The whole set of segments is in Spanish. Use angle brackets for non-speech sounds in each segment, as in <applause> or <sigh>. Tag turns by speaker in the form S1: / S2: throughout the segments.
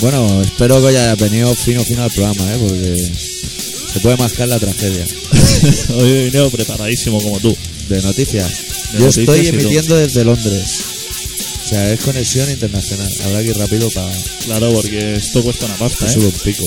S1: Bueno, espero que haya venido fino fino al programa, ¿eh? Porque se puede mascar la tragedia.
S2: Hoy he venido preparadísimo como tú.
S1: De noticias.
S2: De
S1: Yo
S2: noticias
S1: estoy
S2: y todo.
S1: emitiendo desde Londres. O sea, es conexión internacional. Habrá que ir rápido para
S2: Claro, porque esto cuesta una pasta, ¿eh?
S1: sube un pico.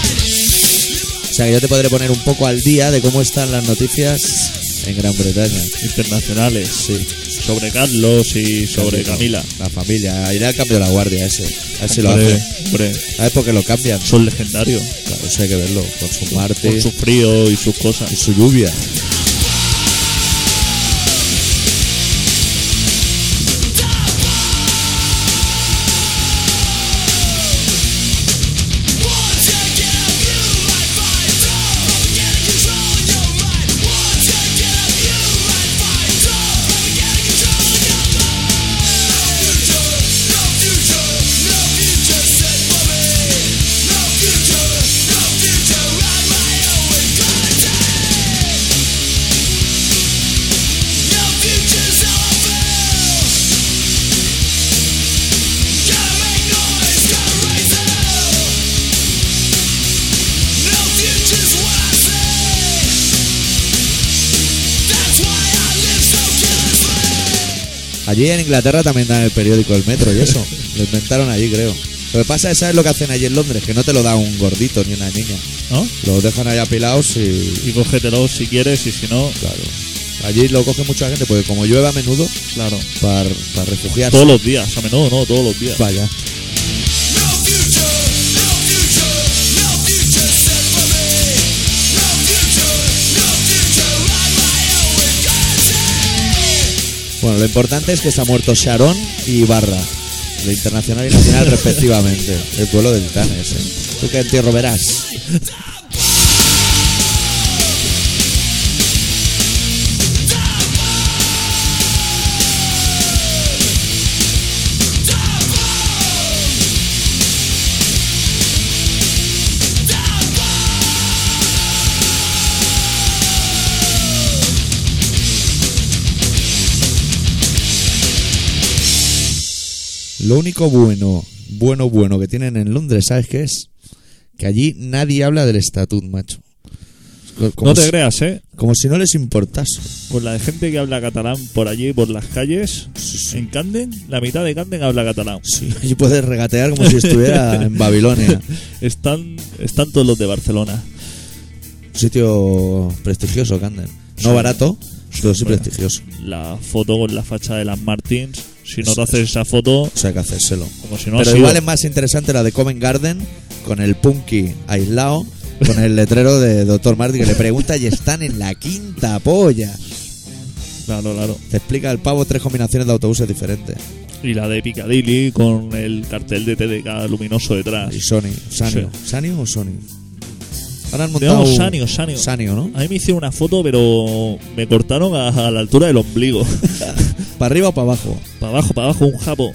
S1: O sea, que yo te podré poner un poco al día de cómo están las noticias en Gran Bretaña.
S2: Internacionales.
S1: Sí.
S2: Sobre Carlos y sobre Camila.
S1: La familia. Irá al cambio de la guardia ese. A ver si lo
S2: Hombre,
S1: hacen.
S2: hombre,
S1: A ver por qué lo cambian.
S2: son legendarios.
S1: Claro, eso hay que verlo. Con su
S2: Con
S1: Marte
S2: su frío y sus cosas.
S1: y su lluvia. Allí en Inglaterra también dan el periódico El Metro y eso. lo inventaron allí, creo. Lo que pasa es, ¿sabes lo que hacen allí en Londres? Que no te lo da un gordito ni una niña.
S2: ¿No?
S1: Los dejan ahí apilados y...
S2: Y cógetelo si quieres y si no,
S1: Claro. Allí lo coge mucha gente porque como llueve a menudo,
S2: claro.
S1: para refugiarse...
S2: Todos los días, a menudo no, todos los días.
S1: Vaya.
S3: oh,
S1: Bueno, lo importante es que está muerto Sharon y Barra, de Internacional y Nacional respectivamente. El pueblo del Tanes, ¿eh? Tú que entierro verás. Lo único bueno, bueno, bueno que tienen en Londres, ¿sabes qué es? Que allí nadie habla del estatut, macho. Co- Como
S2: No te
S1: si,
S2: creas, ¿eh?
S1: como si no les importase.
S2: Con la de gente que habla catalán por allí, por las calles, en Camden, la mitad de Camden habla catalán.
S1: Allí puedes regatear como si estuviera
S2: <laughs>
S1: en Babilonia.
S2: Están, están todos los de Barcelona.
S1: Un sitio prestigioso, Camden. No
S2: Sí.
S1: barato, pero sí
S2: Bueno.
S1: prestigioso.
S2: La foto con la facha de las Martins. Si no te haces esa foto,
S1: O sea, hay que hacérselo.
S2: como si no has
S1: pero
S2: ido.
S1: igual es más interesante la de Common Garden con el punky aislado, con el letrero de Dr. Marty que le pregunta y están en la quinta polla.
S2: Claro, claro.
S1: Te explica el pavo tres combinaciones de autobuses diferentes.
S2: Y la de Piccadilly con el cartel de TDK luminoso detrás.
S1: Y Sony, Sanio. ¿Sanio o Sony? Ahora han montado.
S2: Digamos Sanio, Sanio. Ah,
S1: Sanio, ¿no?
S2: A mí me hicieron una foto, pero me cortaron a, a la altura del ombligo. <laughs>
S1: <laughs> ¿Para arriba o para abajo?
S2: para abajo, para abajo, un japo.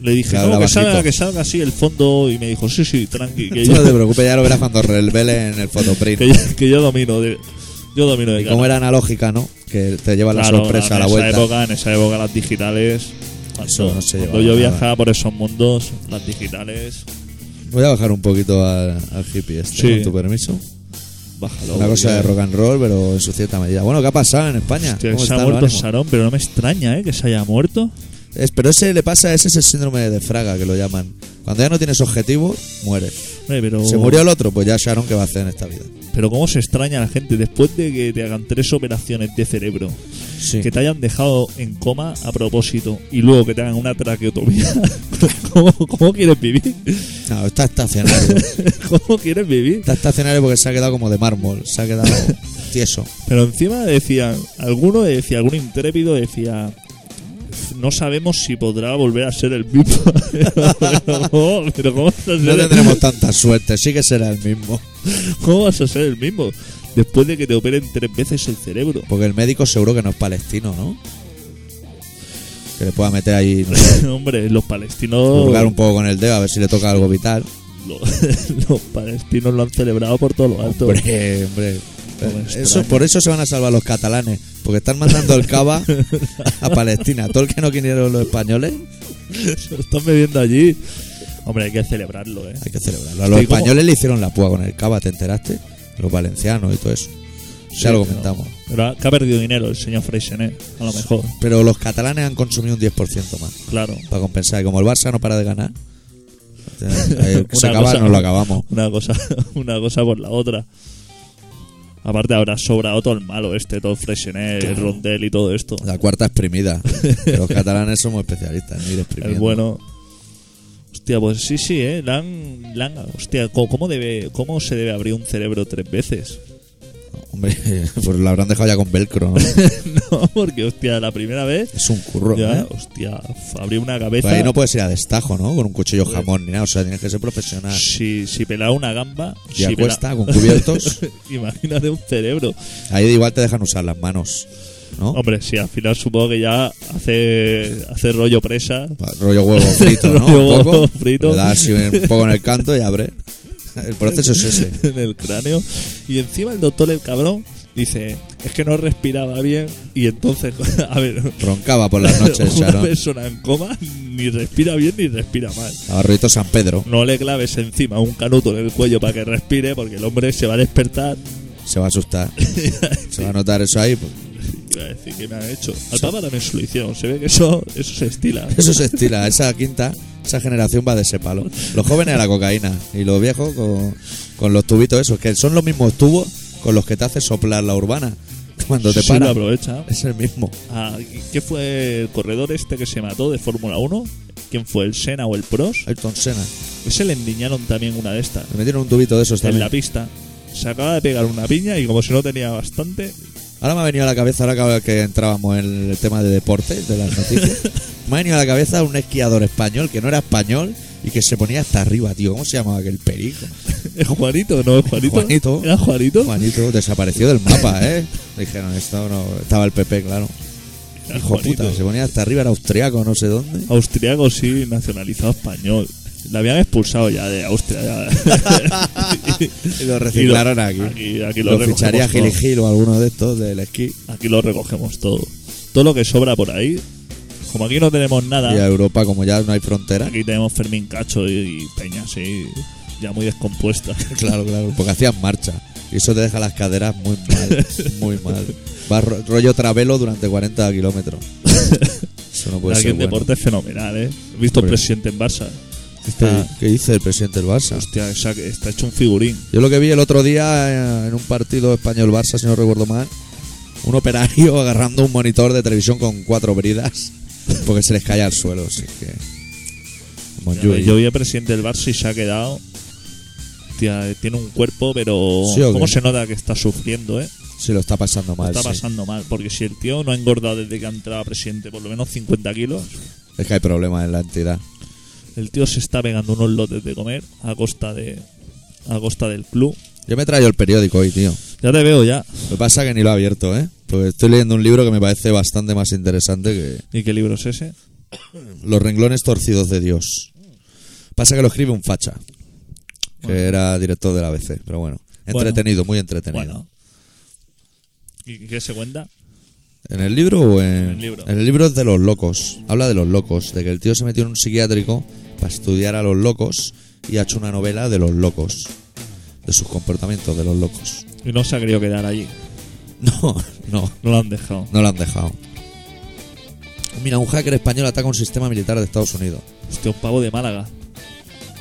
S2: Le dije,
S1: Claro,
S2: no, que
S1: bajito.
S2: salga, que salga así el fondo. <laughs> Y me dijo, sí, sí, tranqui, que
S1: Tú no
S2: yo,
S1: te preocupes, ya lo verás cuando revelen
S2: <laughs>
S1: en el fotoprint.
S2: que yo- que yo domino. De, yo domino de
S1: Y
S2: cara.
S1: como era analógica, ¿no? Que te lleva la
S2: Claro,
S1: sorpresa a
S2: en
S1: la
S2: esa
S1: vuelta.
S2: Época, en esa época las digitales...
S1: Eso
S2: Cuando,
S1: no se
S2: cuando
S1: llevaba
S2: yo
S1: nada.
S2: viajaba por esos mundos, las digitales...
S1: Voy a bajar un poquito al, al hippie este,
S2: Sí.
S1: con tu permiso.
S2: Bájalo.
S1: Una cosa de
S2: porque-
S1: rock and roll, pero en su cierta medida. Bueno, ¿qué ha pasado en España?
S2: Hostia,
S1: ¿Cómo
S2: se
S1: está
S2: ha
S1: el
S2: muerto
S1: ánimo?
S2: Sarón, pero no me extraña, ¿eh? Que se haya muerto.
S1: Es- pero ese le pasa, ese es el síndrome de Fraga, que lo llaman. Cuando ya no tienes objetivo, mueres.
S2: Hombre, pero,
S1: Se murió el otro, pues ya Sharon, ¿qué va a hacer en esta vida?
S2: pero cómo se extraña la gente después de que te hagan tres operaciones de cerebro,
S1: Sí.
S2: que te hayan dejado en coma a propósito y luego que te hagan una traqueotomía. <laughs> ¿Cómo, cómo quieres vivir? <laughs>
S1: No, está estacionario.
S2: ¿Cómo quieres vivir?
S1: está estacionario porque se ha quedado como de mármol, se ha <laughs> quedado tieso.
S2: Pero encima decía, alguno decía, algún intrépido decía, no sabemos si podrá volver a ser el mismo. <laughs> pero, ¿cómo, pero ¿cómo vas a ser
S1: No
S2: el-
S1: tendremos tanta suerte, sí que será el mismo.
S2: <laughs> ¿Cómo vas a ser el mismo? Después de que te operen tres veces el cerebro. <laughs>
S1: Porque el médico seguro que no es palestino, ¿no? Que le pueda meter ahí, no sé,
S2: Hombre, los palestinos.
S1: hurgar un poco con el dedo a ver si le toca algo vital.
S2: <laughs> lo- los palestinos lo han celebrado por todo lo alto.
S1: Hombre, hombre. eh,
S2: No me
S1: Eso,
S2: extraña.
S1: por eso se van a salvar los catalanes, porque están mandando el <laughs> cava a Palestina. Todo el que no quisieron los españoles,
S2: Se <laughs> lo están bebiendo allí. Hombre, hay que celebrarlo, ¿eh?
S1: hay que celebrarlo. A los
S2: Sí, ¿cómo?
S1: españoles le hicieron la púa con el cava, ¿te enteraste? Los valencianos y todo eso. Ya lo
S2: Sí, pero-
S1: comentamos.
S2: Pero ha- que ha perdido dinero el señor Freisen, ¿eh? A lo mejor,
S1: Pero los catalanes han consumido un 10% más
S2: claro.
S1: para compensar. Y como el Barça no para de ganar,
S2: <laughs>
S1: eh, se
S2: Una
S1: acaba,
S2: cosa-
S1: nos lo acabamos.
S2: Una cosa, <laughs> una cosa por la otra. Aparte habrá sobrado todo el malo este, todo el Freisenet, el Rondel y todo esto.
S1: La cuarta exprimida. Que
S2: <laughs>
S1: los catalanes somos especialistas en ir
S2: El
S1: exprimiendo.
S2: bueno. Hostia, pues sí, sí, ¿eh? La han- la han- hostia, co- ¿cómo, debe, ¿cómo se debe abrir un cerebro tres veces? <laughs>
S1: Hombre, <laughs> pues lo habrán dejado ya con velcro, ¿no?
S2: no, porque, hostia, la primera vez...
S1: Es un curro,
S2: Ya,
S1: ¿eh?
S2: hostia, abrir una
S1: Pues
S2: cabeza...
S1: ahí no puedes ir a destajo, ¿no? Con un cuchillo
S2: Pues-
S1: jamón ni nada. O sea, tienes que ser profesional.
S2: si, si pelaba una gamba...
S1: Y
S2: si pela-
S1: acuesta con cubiertos.
S2: <laughs> Imagínate un cerebro.
S1: Ahí igual te dejan usar las manos, ¿no?
S2: Hombre, sí, al final supongo que ya hace, hace rollo presa.
S1: Pa- Rollo
S2: <laughs>
S1: huevo frito, ¿no?
S2: Rollo
S1: Un
S2: huevo
S1: poco.
S2: frito.
S1: Le das así un poco en el canto y abre. El proceso es ese.
S2: <laughs> en el cráneo. Y encima el doctor, el cabrón, dice: Es que no respiraba bien. Y entonces, <laughs> a ver,
S1: Roncaba por las noches,
S2: <laughs> una
S1: Sharon.
S2: persona en coma ni respira bien ni respira mal.
S1: Abarroito San Pedro.
S2: No le claves encima un canuto en el cuello para que respire, porque el hombre se va a despertar.
S1: Se va a
S2: <laughs>
S1: asustar. Se va a notar eso ahí. pues.
S2: Iba a decir que me han hecho. Al Papa también se lo hicieron. Se ve que eso, eso se estila.
S1: Eso se estila. Esa quinta, esa generación va de ese palo. Los jóvenes a la cocaína y los viejos con, con los tubitos esos, que son los mismos tubos con los que te hace soplar la urbana cuando te
S2: Sí, lo
S1: para.
S2: aprovecha.
S1: Es el mismo.
S2: Ah, ¿Qué fue el corredor este que se mató de Fórmula 1? ¿Quién fue? ¿El Senna o el Prost?
S1: Ayrton Senna.
S2: Ese le endiñaron también una de estas.
S1: Me metieron un tubito de esos
S2: en la
S1: Pues también.
S2: pista. Se acaba de pegar una piña y como si no tenía bastante, <laughs>
S1: Ahora me ha venido a la cabeza, ahora que- que entrábamos en el tema de deporte, de las
S2: <laughs>
S1: noticias, me ha venido a la cabeza un esquiador español que no era español y que se ponía hasta arriba, tío. ¿Cómo se llamaba aquel perico?
S2: ¿Es Juanito? ¿No es Juanito?
S1: Juanito.
S2: ¿Era Juanito?
S1: Juanito desapareció del
S2: <laughs>
S1: mapa, ¿eh? Dijeron, esto no. Estaba el PP, claro.
S2: Era Oh,
S1: Hijo de puta, se ponía hasta arriba, era austriaco, no sé dónde.
S2: Austriaco, sí, nacionalizado español. La habían expulsado ya de Austria. ya.
S1: <laughs> Y lo reciclaron aquí.
S2: Aquí, aquí lo,
S1: Lo,
S2: recogemos
S1: ficharía
S2: todo.
S1: Gil y Gil o alguno de estos del esquí.
S2: Aquí lo recogemos todo. Todo lo que sobra por ahí. Como aquí no tenemos nada,
S1: Y a Europa, como ya no hay frontera.
S2: aquí tenemos Fermín Cacho y, y Peña, sí, ya muy descompuesta. <laughs>
S1: Claro, claro, porque hacían marcha. Y eso te deja las caderas muy mal,
S2: <laughs>
S1: muy mal. Vas ro- rollo travelo durante 40 kilómetros. Eso no puede
S2: aquí
S1: ser.
S2: el
S1: bueno. Pues-
S2: deporte es fenomenal, ¿eh? He visto
S1: Hombre.
S2: el presidente en Barça.
S1: ¿Qué,
S2: Está,
S1: qué dice el presidente del Barça?
S2: hostia, esa que está hecho un figurín.
S1: Yo lo que vi el otro día eh, en un partido español-Barça, si no recuerdo mal, un operario <laughs> agarrando un monitor de televisión con cuatro bridas porque se les caía al suelo. Así que.
S2: Ya
S1: Monjuy.
S2: ves, Yo vi al presidente del Barça y se ha quedado. Hostia, tiene un cuerpo, pero.
S1: Sí, ¿o
S2: ¿Cómo
S1: qué?
S2: se nota que está sufriendo, eh?
S1: Se lo está pasando mal.
S2: está
S1: sí.
S2: pasando mal, porque si el tío no ha engordado desde que ha entrado a presidente por lo menos 50 kilos,
S1: Es que hay problemas en la entidad.
S2: el tío se está pegando unos lotes de comer a costa de. a costa del club.
S1: Yo me traigo el periódico hoy, tío.
S2: Ya te veo ya.
S1: Lo que pasa es que ni lo he abierto, ¿eh? Porque estoy leyendo un libro que me parece bastante más interesante que
S2: ¿Y qué libro es ese?
S1: Los renglones torcidos de Dios. Pasa que lo escribe un facha, que era director del ABC, pero bueno.
S2: Bueno.
S1: Entretenido, muy entretenido.
S2: Bueno. ¿Y qué se cuenta?
S1: ¿En el libro o en...?
S2: el libro.
S1: en el libro es de los locos. Habla de los locos, de que el tío se metió en un psiquiátrico para estudiar a los locos y ha hecho una novela de los locos, de sus comportamientos de los locos. <laughs>
S2: Y no se ha querido quedar allí.
S1: No, no,
S2: No lo han dejado.
S1: no lo han dejado. Mira, un hacker español ataca un sistema militar de Estados Unidos.
S2: Hostia, un pavo de Málaga.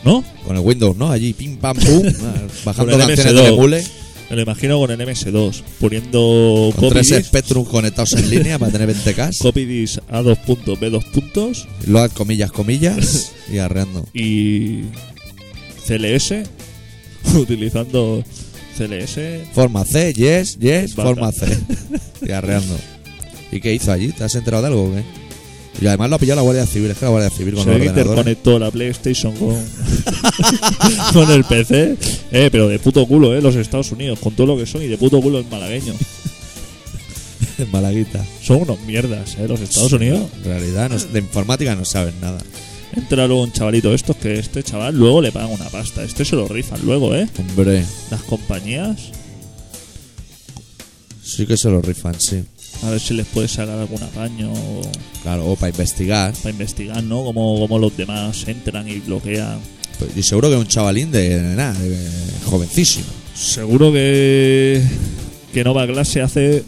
S2: ¿No?
S1: Con el Windows, ¿no? Allí, pim, pam,
S2: <laughs>
S1: pum, ah, bajando
S2: Con el
S1: canciones
S2: MS2.
S1: de Mule,
S2: Me lo imagino con el MS2, poniendo
S1: con
S2: copy
S1: tres
S2: disc,
S1: Spectrum conectados en línea para tener
S2: <laughs>
S1: 20K.
S2: copy disc a dos puntos, B dos puntos
S1: Load, comillas, comillas, y arreando.
S2: y CLS <laughs> utilizando CLS.
S1: Forma C, yes, yes,
S2: Bata.
S1: forma C. Y arreando. ¿Y qué hizo allí? ¿Te has enterado de algo o qué? Y además lo ha pillado la Guardia Civil, es que la Guardia Civil con
S2: Se ve
S1: los
S2: que
S1: ordenadores.
S2: interconectó la PlayStation con, <laughs> con el PC, eh, pero de puto culo, eh, los Estados Unidos, con todo lo que son y de puto culo el malagueño.
S1: en Malaguita.
S2: Son unos mierdas, ¿eh? Los Estados Unidos.
S1: En realidad, no- de informática no saben nada.
S2: Entraron un chavalito de estos que este chaval luego le pagan una pasta. Este se lo rifan luego, ¿eh?
S1: Hombre,
S2: Las compañías.
S1: sí que se lo rifan, sí.
S2: A ver si les puede sacar algún apaño o-
S1: Claro, o para investigar.
S2: para investigar, ¿no? Como, como los demás entran y bloquean.
S1: Pues, Y seguro que es un chavalín de nada, de- de- jovencísimo.
S2: Seguro que, que no va a clase hace,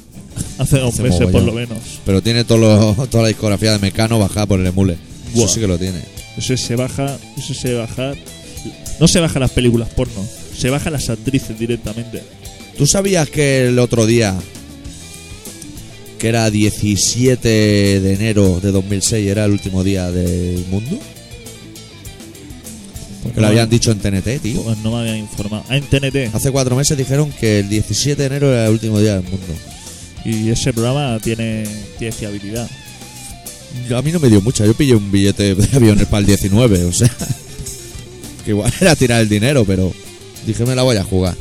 S2: hace dos
S1: Hace
S2: meses por
S1: mogollón.
S2: lo menos.
S1: Pero tiene todo lo- toda la discografía de Mecano bajada por el emule. Eso
S2: Buah.
S1: sí que lo tiene.
S2: Ese se baja, ese se baja. No se baja las películas porno, se baja las actrices directamente.
S1: ¿Tú sabías que el otro día, que era 17 de enero de 2006, era el último día del mundo?
S2: Pues
S1: Que lo
S2: no me-
S1: habían dicho en TNT, tío.
S2: pues no me habían informado. Ah, en TNT.
S1: Hace cuatro meses dijeron que el 17 de enero era el último día del mundo.
S2: Y ese programa tiene, tiene fiabilidad.
S1: A mí no me dio mucha, yo pillé un billete de aviones para el 19, o sea. <laughs> Que igual era tirar el dinero, pero dije me la voy a jugar.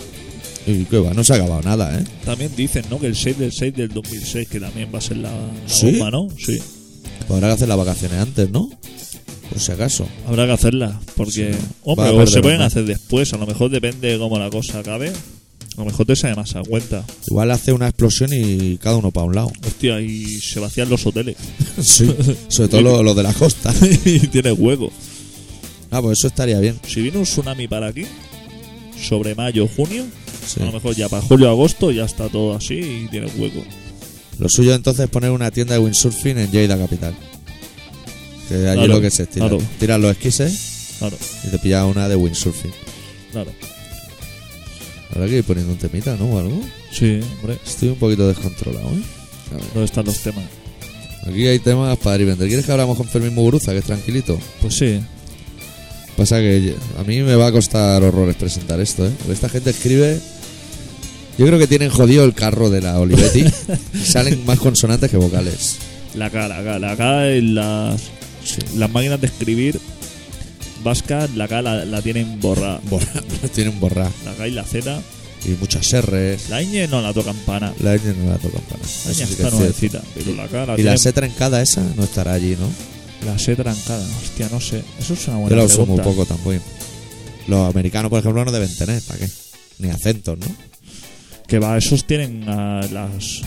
S1: Y qué va, no se ha acabado nada, ¿eh?
S2: También dicen, ¿no? Que el 6 del 6 del 2006, que también va a ser la, la
S1: ¿Sí?
S2: bomba, ¿no? Sí.
S1: Habrá que hacer las vacaciones antes, ¿no? Por si acaso.
S2: Habrá que hacerla, porque...
S1: Sí, no. Va
S2: Hombre,
S1: a
S2: o
S1: perder
S2: se
S1: un
S2: pueden
S1: mes.
S2: hacer después, a lo mejor depende de cómo la cosa acabe. A lo mejor te sale más a cuenta.
S1: Igual hace una explosión y cada uno para un lado.
S2: Hostia, y se vacían los hoteles. <laughs>
S1: Sí. Sobre todo los de la costa.
S2: y tiene hueco.
S1: Ah, pues eso estaría bien.
S2: Si viene un tsunami para aquí, sobre mayo, junio,
S1: Sí.
S2: a lo mejor ya para julio, agosto ya está todo así y tiene hueco.
S1: Lo suyo entonces es poner una tienda de windsurfing en Lleida Capital. Que allí
S2: Claro,
S1: lo que se estira.
S2: claro.
S1: Tiras los esquises
S2: Claro,
S1: y te pillas una de windsurfing.
S2: claro.
S1: Ahora que ir poniendo un temita, ¿no? O algo.
S2: Sí, hombre,
S1: Estoy un poquito descontrolado, ¿eh?
S2: ¿dónde están los temas?
S1: Aquí hay temas para ir y vender. ¿Quieres que hablamos con Fermín Muguruza, que es tranquilito?
S2: Pues sí,
S1: Pasa que a mí me va a costar horrores presentar esto, ¿eh? Porque esta gente escribe... Yo creo que tienen jodido el carro de la
S2: <laughs>
S1: Olivetti. y salen más consonantes que vocales.
S2: la K, la K, la K en las,
S1: Sí.
S2: las máquinas de escribir vascas, la K la, la tienen borrada.
S1: Borra- tienen borra.
S2: La K y la Z,
S1: Y muchas R's.
S2: la ñ no la tocan pana.
S1: La N no la tocan para. Eso
S2: La ñ
S1: sí que
S2: está
S1: es cierto.
S2: nuevecita, pero la K la
S1: Y la
S2: tienen-
S1: C trencada esa no estará allí, ¿no?
S2: la C trancada. Hostia, no sé. Eso es una
S1: Yo
S2: buena
S1: la uso muy
S2: pregunta.
S1: poco tampoco. Los americanos, por ejemplo, no deben tener, ¿para qué? Ni acentos, ¿no?
S2: Que va, esos tienen ah, las.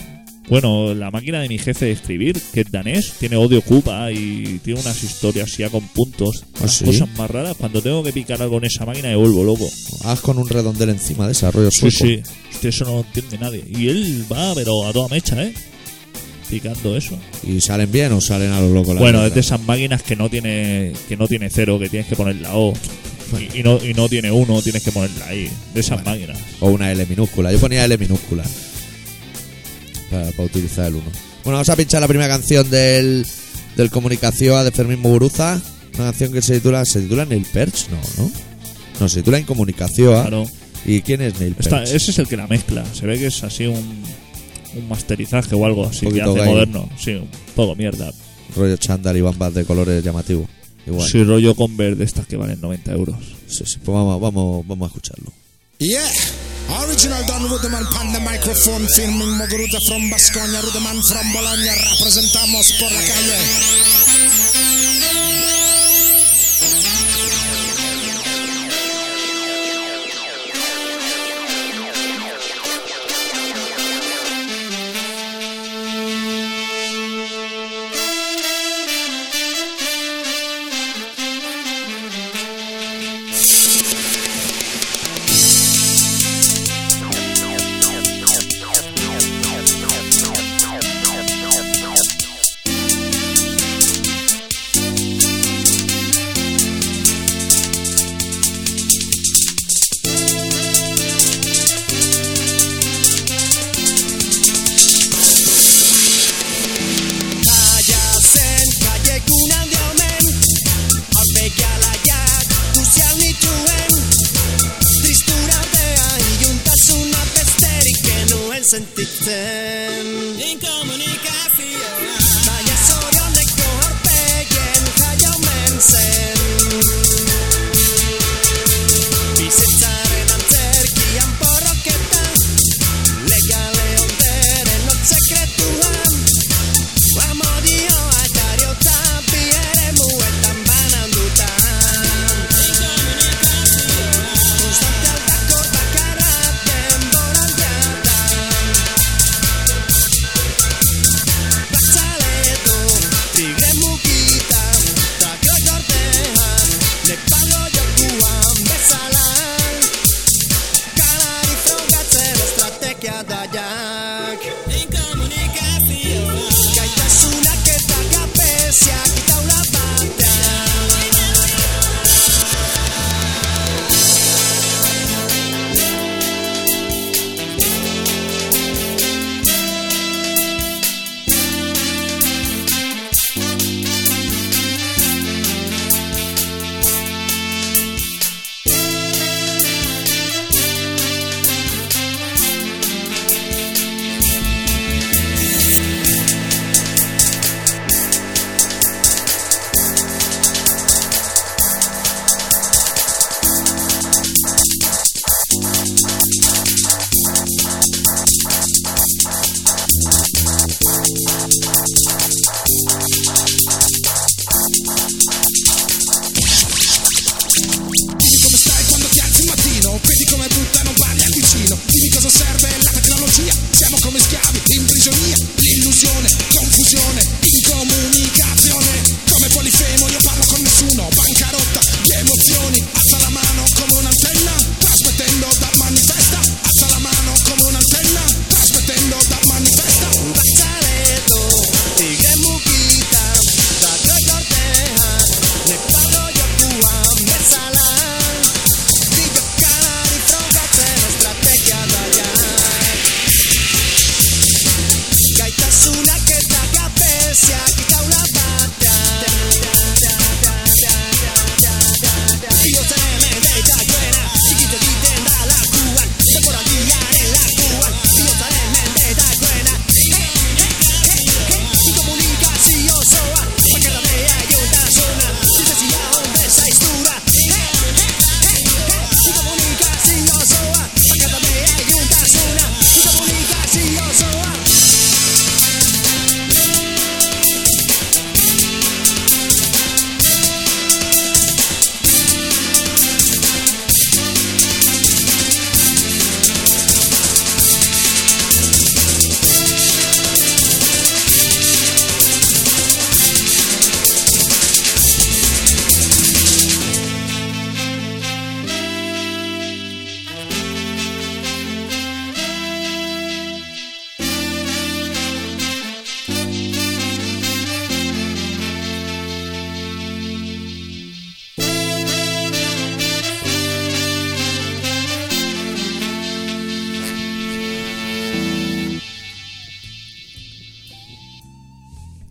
S2: Bueno, la máquina de mi jefe de escribir, que es danés, tiene odio ocupa y tiene unas historias ya con puntos.
S1: ¿Ah,
S2: Las
S1: sí?
S2: cosas más raras. Cuando tengo que picar algo en esa máquina me vuelvo loco.
S1: Haz con un redondel encima de desarrollo
S2: Sí,
S1: sueco.
S2: sí. Hostia, eso no lo entiende nadie. Y él va, pero a toda mecha, ¿eh? Picando eso.
S1: ¿Y salen bien o salen a lo loco? las
S2: bueno, es de
S1: letras?
S2: esas máquinas que no tiene que no tiene cero, que tienes que poner la O. Y, y no, y no tiene uno, tienes que ponerla I. De esas máquinas.
S1: O una L minúscula. Yo ponía L minúscula. Para, para utilizar el 1. Bueno, vamos a pinchar la primera canción del, del Comunicación de Fermín Muguruza. Una canción que se titula. ¿Se titula Neil Perch? No, ¿no? No, se titula Incomunicación. ¿ah?
S2: Claro.
S1: ¿Y quién es Neil Perch?
S2: Esta- ese es el que la mezcla. Se ve que es así un, un masterizaje o algo así que
S1: poquito
S2: hace
S1: gay.
S2: moderno. Sí, un poco mierda.
S1: Rollo chándal y bambas de colores llamativos. Igual.
S2: Sí, rollo Converse de estas que valen 90 euros.
S1: Sí, sí, pues vamos, vamos, vamos a escucharlo.
S4: Yeah, original Don Rudeman pan the microphone filming Moguruza from Basconia, Rudeman from Bologna, representamos por la calle.
S5: Hayasen kalekunan diomen Aurpegialaiak guzian nituen Tristuratea iluntasuna besterik genuen sentitzen Inkomunikazioa Baina zorioneko aurpegien jaiomen zen Bizitzaren antzerkian borroketan Legale onderen hot sekretua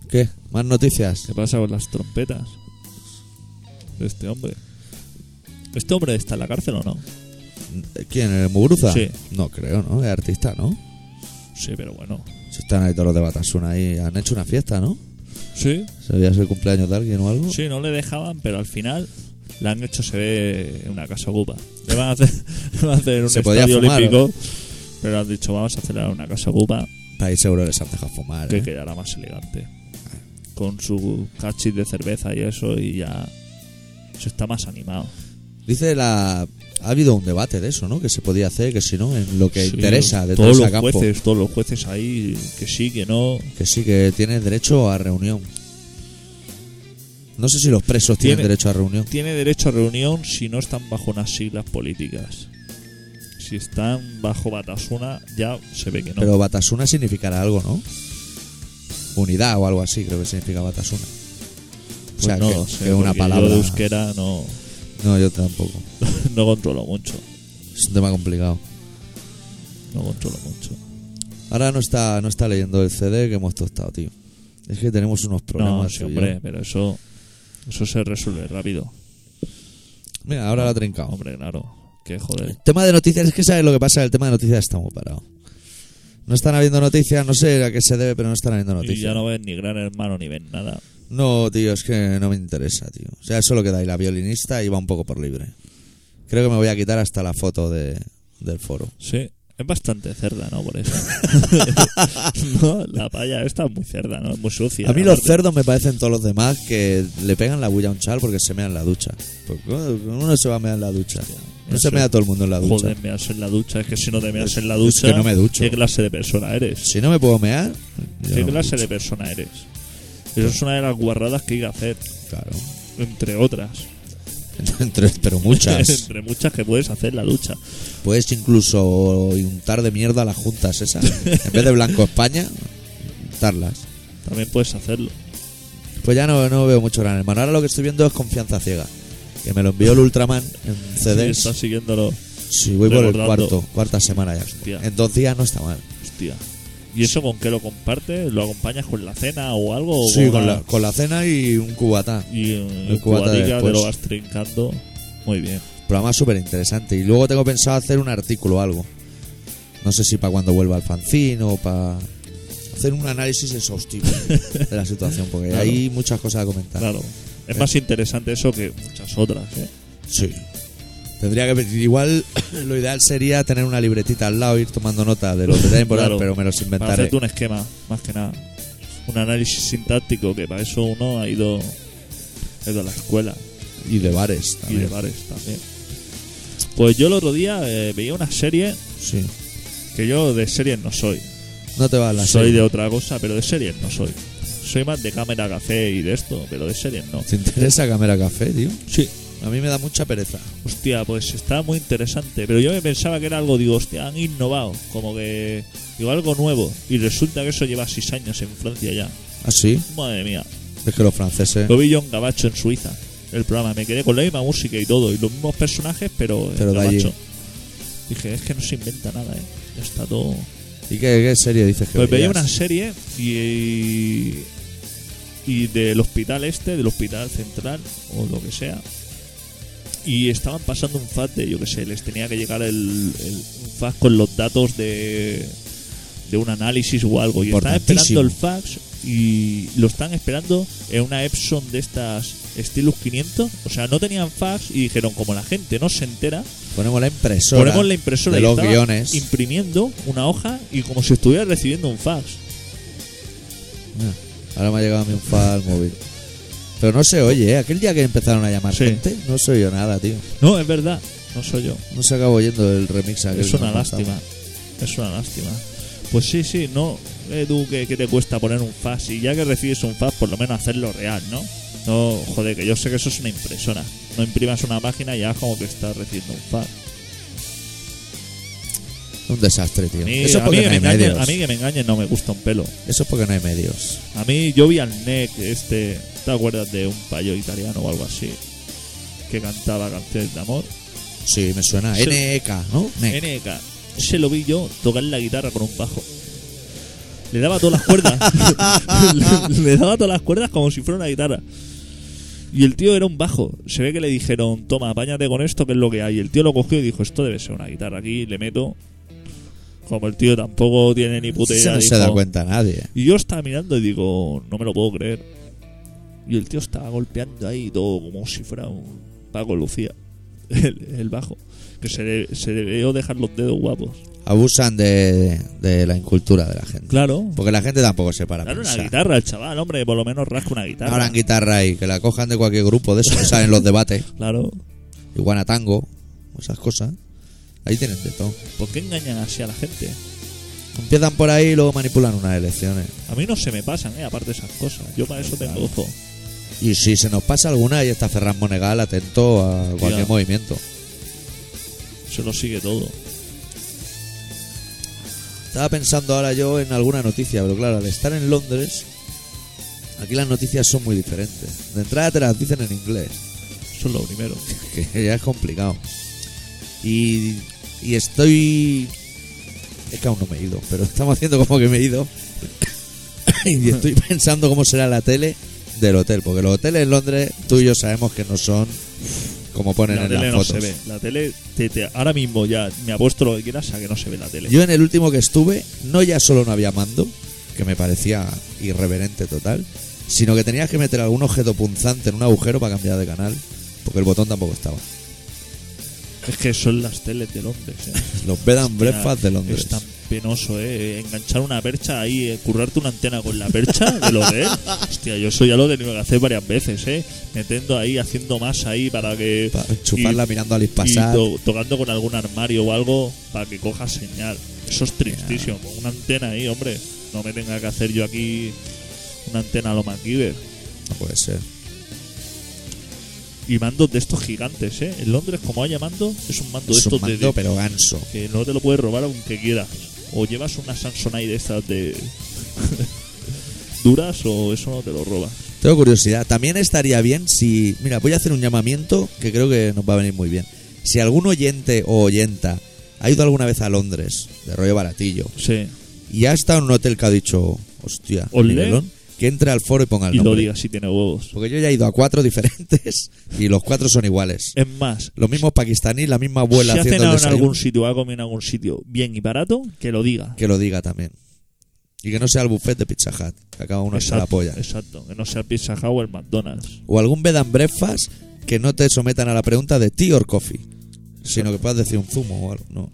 S1: ¿Qué? ¿Más noticias?
S2: ¿Qué pasa con las trompetas de este hombre? ¿Este hombre está en la cárcel o no?
S1: ¿Quién? ¿El Muguruza?
S2: Sí.
S1: No creo, ¿no? Es artista, ¿no?
S2: Sí, pero bueno.
S1: Si están ahí todos los de Batasuna ahí. Han hecho una fiesta, ¿no?
S2: Sí,
S1: ¿Sabías el cumpleaños de alguien o algo?
S2: sí, no le dejaban, pero al final la han hecho, se ve, en una casa ocupa. Le van a hacer, <laughs> le van a hacer un
S1: Se podía
S2: estadio
S1: fumar, ¿eh?
S2: olímpico, pero han dicho, vamos a acelerar una casa ocupa
S1: Ahí seguro les han dejado fumar.
S2: que
S1: ¿eh?
S2: quedará más elegante. Con su cachis de cerveza y eso, y ya se está más animado.
S1: Dice la. Ha habido un debate de eso, ¿no? Que se podía hacer, que si no, en lo que
S2: Sí,
S1: interesa de todo
S2: todos los
S1: ese campo.
S2: jueces, todos los jueces ahí, que sí, que no.
S1: Que sí, que tienes derecho a reunión. No sé si los presos tienen
S2: Tiene-
S1: derecho a reunión.
S2: Tiene derecho a reunión si no están bajo unas siglas políticas. Si están bajo Batasuna, ya se ve que no.
S1: Pero Batasuna significará algo, ¿no? Unidad o algo así, creo que significa Batasuna. O
S2: Pues
S1: sea,
S2: no
S1: que,
S2: lo sé,
S1: que es una
S2: porque
S1: palabra.
S2: Yo de euskera no, <laughs>
S1: No, yo tampoco.
S2: no controlo mucho.
S1: Es un tema complicado.
S2: No controlo mucho.
S1: Ahora no está, no está leyendo el CD que hemos tostado, tío. Es que tenemos unos problemas.
S2: No, sí,
S1: tú y
S2: hombre,
S1: yo.
S2: pero eso, eso se resuelve rápido.
S1: Mira, ahora la ha trincado.
S2: Hombre, claro. Que joder.
S1: El tema de noticias, es que sabes lo que pasa, el tema de noticias está muy parado. No están habiendo noticias, no sé a qué se debe, pero no están habiendo noticias.
S2: Y ya no ven ni gran hermano ni ven nada.
S1: No, tío, es que no me interesa, tío. O sea, solo queda ahí la violinista y va un poco por libre. Creo que me voy a quitar hasta la foto de, del foro.
S2: Sí. Es bastante cerda, ¿no? Por
S1: <laughs>
S2: eso. no, <laughs> la palla esta es muy cerda, ¿no? Es muy sucia.
S1: a mí los
S2: aparte.
S1: cerdos me parecen todos los demás que le pegan la bulla a un chal porque se mea en la ducha. Porque uno se va a mear en la ducha. No se
S2: eso.
S1: mea todo el mundo en la ducha.
S2: Joder, mearse en la ducha. Es que si no te meas en la
S1: Es
S2: ducha.
S1: que no me ducho.
S2: ¿Qué clase de persona eres?
S1: Si no me puedo mear, yo
S2: ¿Qué
S1: no me
S2: clase
S1: ducho.
S2: de persona eres? Eso es una de las guarradas que hay que hacer.
S1: Claro. <laughs>
S2: Entre otras.
S1: Entre- pero
S2: <laughs>
S1: muchas.
S2: Entre muchas que puedes hacer en la ducha.
S1: Puedes incluso untar de mierda las juntas
S2: <laughs>
S1: esas. En vez de Blanco España, untarlas.
S2: También puedes hacerlo.
S1: Pues ya no, no veo mucho Gran Hermano. Ahora lo que estoy viendo es Confianza Ciega. Que me lo envió el Ultraman en
S2: Sí,
S1: CD.
S2: estás siguiéndolo.
S1: Sí, voy por el
S2: recordando.
S1: cuarto, cuarta semana ya.
S2: Hostia.
S1: En dos días no está mal.
S2: Hostia. ¿Y eso con qué lo compartes? ¿Lo acompañas con la cena o algo? ¿O
S1: Sí, con
S2: una-
S1: la, con la cena y un cubatá.
S2: Y
S1: El
S2: en
S1: cubata
S2: cubatica te
S1: después.
S2: lo vas trincando. Muy bien.
S1: Programa súper interesante. Y luego tengo pensado hacer un artículo o algo. No sé si para cuando vuelva al fanzine o para hacer un análisis
S2: <laughs>
S1: exhaustivo de la situación, porque
S2: Claro.
S1: hay muchas cosas a comentar.
S2: Claro.
S1: Eh.
S2: Es más interesante eso que muchas otras, ¿eh?
S1: Sí. Tendría que igual <coughs> lo ideal sería tener una libretita al lado, ir tomando nota de lo que
S2: <laughs>
S1: tengo por dar,
S2: Claro.
S1: pero me los
S2: Para
S1: inventaré.
S2: hacerte un esquema, más que nada. Un análisis sintáctico, que para eso uno ha ido, ha ido a la escuela
S1: Y de bares
S2: y de
S1: también.
S2: bares también. Pues yo el otro día eh, veía una serie,
S1: Sí.
S2: que yo de series no soy.
S1: No te vas a la
S2: soy
S1: serie.
S2: de otra cosa, pero de series no soy. Soy más de cámara café y de esto, pero de series no.
S1: ¿Te interesa Camera Café, tío?
S2: Sí.
S1: A mí me da mucha pereza.
S2: Hostia, pues está muy interesante. Pero yo me pensaba que era algo, digo, hostia, han innovado. Como que. Digo, algo nuevo. Y resulta que eso lleva seis años en Francia ya.
S1: ¿Ah, sí?
S2: Madre mía.
S1: Es que los franceses...
S2: Lo vi yo en Gabacho en Suiza. El programa. Me quedé con la misma música y todo. Y los mismos personajes, pero en
S1: Pero de allí.
S2: Gabacho. Dije, es que no se inventa nada, eh. Ya está todo.
S1: ¿Y qué, qué serie dices que
S2: Pues veía
S1: veías?
S2: una serie y, y del hospital este, del hospital central o lo que sea. Y estaban pasando un FAT de, yo que sé, les tenía que llegar el, el un fax con los datos de, de un análisis o algo. Y están
S1: Importantísimo.
S2: esperando el fax y lo están esperando en una Epson de estas Stylus 500. O sea, no tenían fax y dijeron, como la gente no se entera,
S1: Ponemos la impresora.
S2: Ponemos la impresora
S1: de
S2: y
S1: los
S2: estaba
S1: guiones.
S2: imprimiendo una hoja y como si estuviera recibiendo un fax.
S1: Ah, Ahora me ha llegado a mí un fa al móvil. Pero no se oye, ¿eh? Aquel día que empezaron a llamar
S2: Sí.
S1: gente, no se oyó nada, tío.
S2: No, es verdad, no soy yo.
S1: No se acabó oyendo el remix aquel.
S2: Es
S1: que
S2: una
S1: nos pasamos.
S2: lástima. Es una lástima. Pues sí, sí, no. Edu, que, que te cuesta poner un fax. Y ya que recibes un fax, por lo menos hacerlo real, ¿no? No, joder, que yo sé que eso es una impresora. No imprimas una página y ya como que estás recibiendo un fax.
S1: Un desastre, tío.
S2: A mí,
S1: Eso es
S2: a mí
S1: porque
S2: que
S1: no
S2: me
S1: hay
S2: engañen,
S1: medios.
S2: a mí que me engañen no me gusta un pelo.
S1: Eso es porque no hay medios.
S2: A mí yo vi al NEC, este, ¿te acuerdas de un payo italiano o algo así? Que cantaba canciones de amor.
S1: Sí, me suena.
S2: Sí. E
S1: NEK, ¿no? E NEK.
S2: NK. Se lo vi yo tocar la guitarra con un bajo. Le daba todas las cuerdas. <laughs> le, le daba todas las cuerdas como si fuera una guitarra. Y el tío era un bajo. Se ve que le dijeron, toma, apáñate con esto, que es lo que hay. Y el tío lo cogió y dijo, esto debe ser una guitarra aquí, le meto. Como el tío tampoco tiene ni puta
S1: Eso
S2: idea.
S1: no se
S2: dijo,
S1: da cuenta nadie.
S2: y yo estaba mirando y digo, no me lo puedo creer. Y el tío estaba golpeando ahí todo como si fuera un Paco Lucía, <laughs> el, el bajo. Que se, le- se debió dejar los dedos guapos.
S1: Abusan de, de la incultura de la gente.
S2: Claro.
S1: Porque la gente tampoco se para a
S2: Claro, una
S1: pensar.
S2: guitarra, el chaval, hombre, por lo menos rasca una guitarra.
S1: Ahora en guitarra y que la cojan de cualquier grupo de esos que salen los debates. <laughs>
S2: Claro.
S1: Iguana tango, esas cosas. Ahí tienen de todo.
S2: ¿Por qué engañan así a la gente?
S1: Empiezan por ahí y luego manipulan unas elecciones.
S2: A mí no se me pasan, eh, aparte de esas cosas. Yo para eso tengo ojo.
S1: Y si se nos pasa alguna, ahí está Ferran Monegal atento a cualquier
S2: Ya.
S1: movimiento.
S2: Se lo sigue todo.
S1: Estaba pensando ahora yo en alguna noticia, pero claro, al estar en Londres, aquí las noticias son muy diferentes. De entrada te las dicen en inglés, <laughs>
S2: Eso es lo primero.
S1: que ya es complicado. Y, y estoy... Es que aún no me he ido, pero estamos haciendo como que me he ido. <coughs> y
S2: <laughs>
S1: estoy pensando cómo será la tele del hotel, porque los hoteles en Londres, tú y yo sabemos que no son como ponen
S2: La
S1: en
S2: tele
S1: las
S2: no
S1: fotos.
S2: se ve. La tele, te- te- ahora mismo ya me apuesto lo que quieras a que no se ve la tele.
S1: Yo en el último que estuve, no ya solo no había mando, que me parecía irreverente total, sino que tenías que meter algún objeto punzante en un agujero para cambiar de canal, porque el botón tampoco estaba.
S2: Es que son las teles de Londres. eh.
S1: Los bed and breakfast de Londres.
S2: Es tan penoso, ¿eh? Enganchar una percha ahí, eh, currarte una antena con la percha de
S1: <laughs>
S2: lo que es. Hostia, yo eso ya lo he tenido que hacer varias veces, ¿eh? Metiendo ahí, haciendo más ahí para que.
S1: Para chuparla
S2: y-
S1: mirando al
S2: y
S1: pasar.
S2: to- tocando con algún armario o algo para que coja señal. Eso es tristísimo. pues Una antena ahí, hombre. No me tenga que hacer yo aquí una antena a lo MacGyver.
S1: No puede ser.
S2: Y mandos de estos gigantes, ¿eh? En Londres, como haya mando, es un mando de
S1: Es un
S2: estos de-
S1: mando,
S2: de,
S1: pero ganso.
S2: que no te lo puedes robar aunque quieras. O llevas una Samsonite de estas de <laughs> duras o eso no te lo robas.
S1: Tengo curiosidad. También estaría bien si. Mira, voy a hacer un llamamiento que creo que nos va a venir muy bien. Si algún oyente o oyenta ha ido alguna vez a Londres, de rollo baratillo,
S2: Sí.
S1: y ha estado en un hotel que ha dicho, hostia,
S2: Olé.
S1: Miguelón, que entre al foro y ponga el
S2: Y lo
S1: nombre.
S2: digas si tiene huevos.
S1: Porque yo ya he ido a cuatro <laughs> diferentes y los cuatro son iguales.
S2: Es más,
S1: Los mismos pakistaníes, la misma abuela
S2: si ha
S1: haciendo el
S2: cenado en
S1: desayuno,
S2: algún sitio, ha comido en algún sitio bien y barato, que lo diga.
S1: que lo diga también. Y que no sea el buffet de Pizza Hut, que acaba uno se la polla.
S2: exacto, que no sea Pizza Hut o el McDonald's.
S1: O algún bed and breakfast que no te sometan a la pregunta de tea or coffee, sino que puedas decir un zumo o algo. No.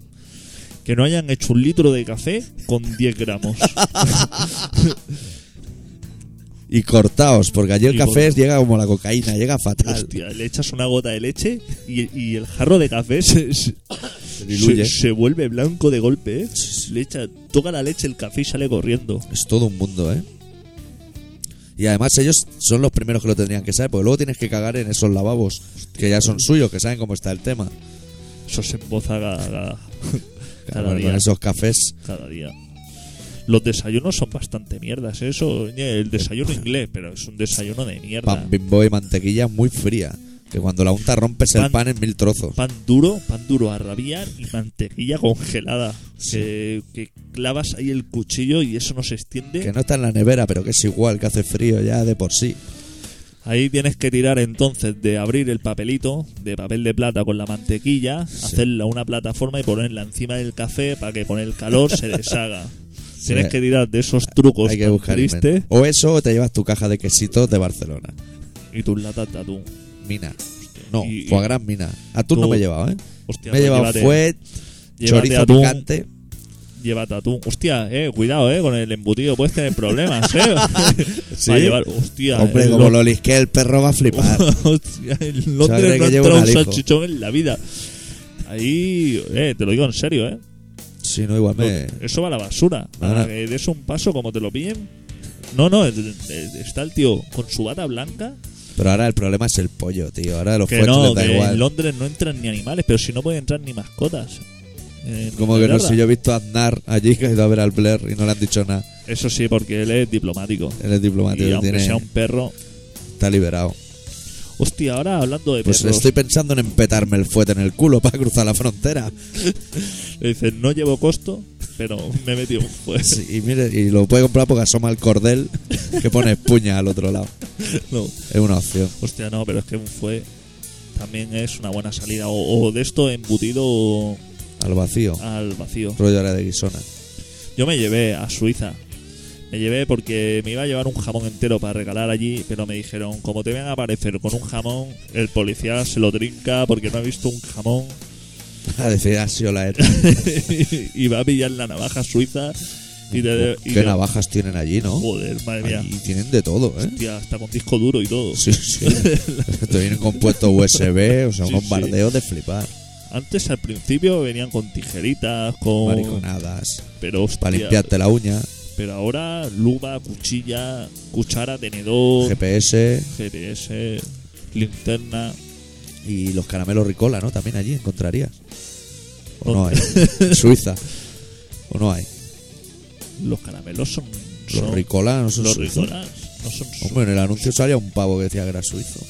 S2: Que no hayan hecho un litro de café con 10 gramos.
S1: <laughs> Y cortaos, porque allí el
S2: Y
S1: café
S2: corta.
S1: llega como la cocaína, llega fatal.
S2: Hostia, le echas una gota de leche y, y el jarro de café se, se-
S1: Se diluye.
S2: se- se vuelve blanco de golpe, ¿eh? Le echa, toca la leche el café y sale corriendo.
S1: Es todo un mundo, ¿eh? Y además ellos son los primeros que lo tendrían que saber, porque luego tienes que cagar en esos lavabos que ya son suyos, que saben cómo está el tema.
S2: Eso se emboza cada,
S1: <laughs>
S2: cada- cada
S1: Claro,
S2: día.
S1: con esos cafés.
S2: Cada día. Los desayunos son bastante mierdas, ¿eh? eso. El desayuno inglés, pero es un desayuno de mierda.
S1: Pan bimbo y mantequilla muy fría. Que cuando la unta rompes el
S2: Pan-
S1: pan en mil trozos.
S2: Pan duro, pan duro a rabiar y mantequilla congelada. Que, que clavas ahí el cuchillo y eso no se extiende.
S1: Que no está en la nevera, pero que es igual, que hace frío ya de por sí.
S2: Ahí tienes que tirar entonces de abrir el papelito de papel de plata con la mantequilla, hacerla una plataforma y ponerla encima del café para que con el calor se deshaga.
S1: <laughs>
S2: Tienes que tirar de esos trucos
S1: Hay que
S2: tan
S1: buscar
S2: tristes
S1: invento. O eso, o te llevas tu caja de quesitos de Barcelona.
S2: y tus latas de atún.
S1: Mina. No,
S2: Y-
S1: fue a gran mina. Atún no
S2: Tú-
S1: me he llevado, ¿eh?
S2: Hostia,
S1: Me he
S2: pues
S1: llevado
S2: llévate,
S1: fuet,
S2: llévate
S1: chorizo
S2: atún,
S1: picante.
S2: Llévate atún. Hostia, eh, cuidado, eh, con el embutido puedes tener problemas,
S1: <laughs>
S2: eh. <laughs>
S1: Sí.
S2: Va a llevar, hostia.
S1: Hombre,
S2: en
S1: como
S2: Lon-
S1: lo lisque el perro va a
S2: <laughs>
S1: flipar.
S2: Hostia,
S1: Sabe
S2: en
S1: que
S2: Londres no
S1: lleva
S2: entra
S1: un
S2: un
S1: alijo.
S2: salchichón en la vida. Ahí, eh, te lo digo en serio, eh.
S1: Si no, igual me.
S2: Eso va a la basura. Para
S1: Ahora-
S2: que des un paso como te lo pillen. No, no, eh, eh, está el tío con su bata blanca.
S1: Pero ahora el problema es el pollo, tío. Ahora los
S2: Que
S1: fuertes
S2: no,
S1: les da
S2: que en
S1: igual.
S2: Londres no entran ni animales, pero si no pueden entrar ni mascotas. Eh,
S1: Como que no
S2: Inglaterra.
S1: sé, yo he visto a Aznar allí que ha ido a ver al Blair y no le han dicho nada.
S2: Eso sí, porque él es diplomático.
S1: Él es
S2: Y
S1: diplomático,
S2: aunque
S1: tiene,
S2: sea un perro.
S1: está liberado.
S2: Hostia, ahora hablando de
S1: Pues le
S2: perros.
S1: estoy pensando en empetarme el fuete en el culo para cruzar la frontera.
S2: le dicen, no llevo costo. pero me he metido un fuego.
S1: Sí, y mire, y lo puede comprar porque asoma el cordel que pone espuña al otro lado.
S2: <laughs> No.
S1: Es una opción.
S2: Hostia, no, pero es que un fue también es una buena salida. O, o de esto embutido
S1: Al vacío.
S2: al vacío.
S1: Rollo área de guisona. <laughs>
S2: Yo me llevé a Suiza. Me llevé porque me iba a llevar un jamón entero para regalar allí, pero me dijeron, como te ven a aparecer con un jamón, el policía se lo trinca porque no ha visto un jamón
S1: A decir, ha sido la E ETA.
S2: <laughs> y va a pillar la navaja suiza y te... y
S1: Oh, ¿Qué
S2: te-
S1: navajas tienen allí, no?
S2: Joder, madre mía.
S1: Y tienen de todo, ¿eh?
S2: Hostia, hasta con disco duro y todo.
S1: Sí,
S2: <laughs>
S1: sí. Te vienen con puertos USB, o sea, un
S2: Sí,
S1: bombardeo de flipar.
S2: Antes al principio venían con tijeritas, con...
S1: Mariconadas.
S2: Pero hostia,
S1: Para limpiarte la uña,
S2: Pero ahora luba, cuchilla, cuchara, tenedor,
S1: GPS
S2: GPS, linterna.
S1: y los caramelos Ricola, ¿no? También allí encontrarías. O no hay.
S2: ¿Dónde? <laughs>
S1: En Suiza. O no hay.
S2: Los caramelos son.
S1: Los
S2: son-
S1: Ricola no son
S2: los
S1: suizos.
S2: Ricolas no son su-
S1: Hombre, en el anuncio salía un pavo que decía que era suizo.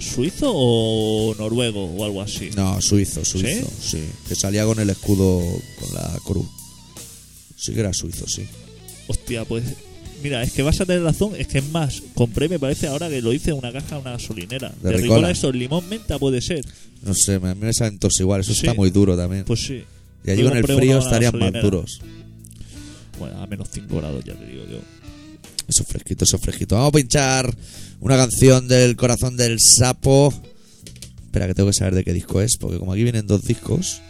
S2: suizo o noruego o algo así.
S1: No, suizo, suizo, ¿Sí? Que salía con el escudo, con la cruz. Sí que era suizo, sí.
S2: Hostia, pues. Mira, es que vas a tener razón. Es que es más, compré, me parece ahora que lo hice en una caja de una gasolinera.
S1: De
S2: De, Ricola.
S1: Ricola.
S2: eso, limón menta puede ser.
S1: No sé, a mí me salen todos igual, eso
S2: Sí.
S1: está muy duro también.
S2: Pues sí.
S1: y allí
S2: yo
S1: con el
S2: compré uno
S1: frío
S2: en la
S1: estarían más
S2: gasolinera.
S1: duros.
S2: Bueno, a menos 5 grados, ya te digo yo.
S1: Eso es fresquito, eso es fresquito. Vamos a pinchar una canción del corazón del sapo. Espera, que tengo que saber de qué disco es, porque como aquí vienen dos discos.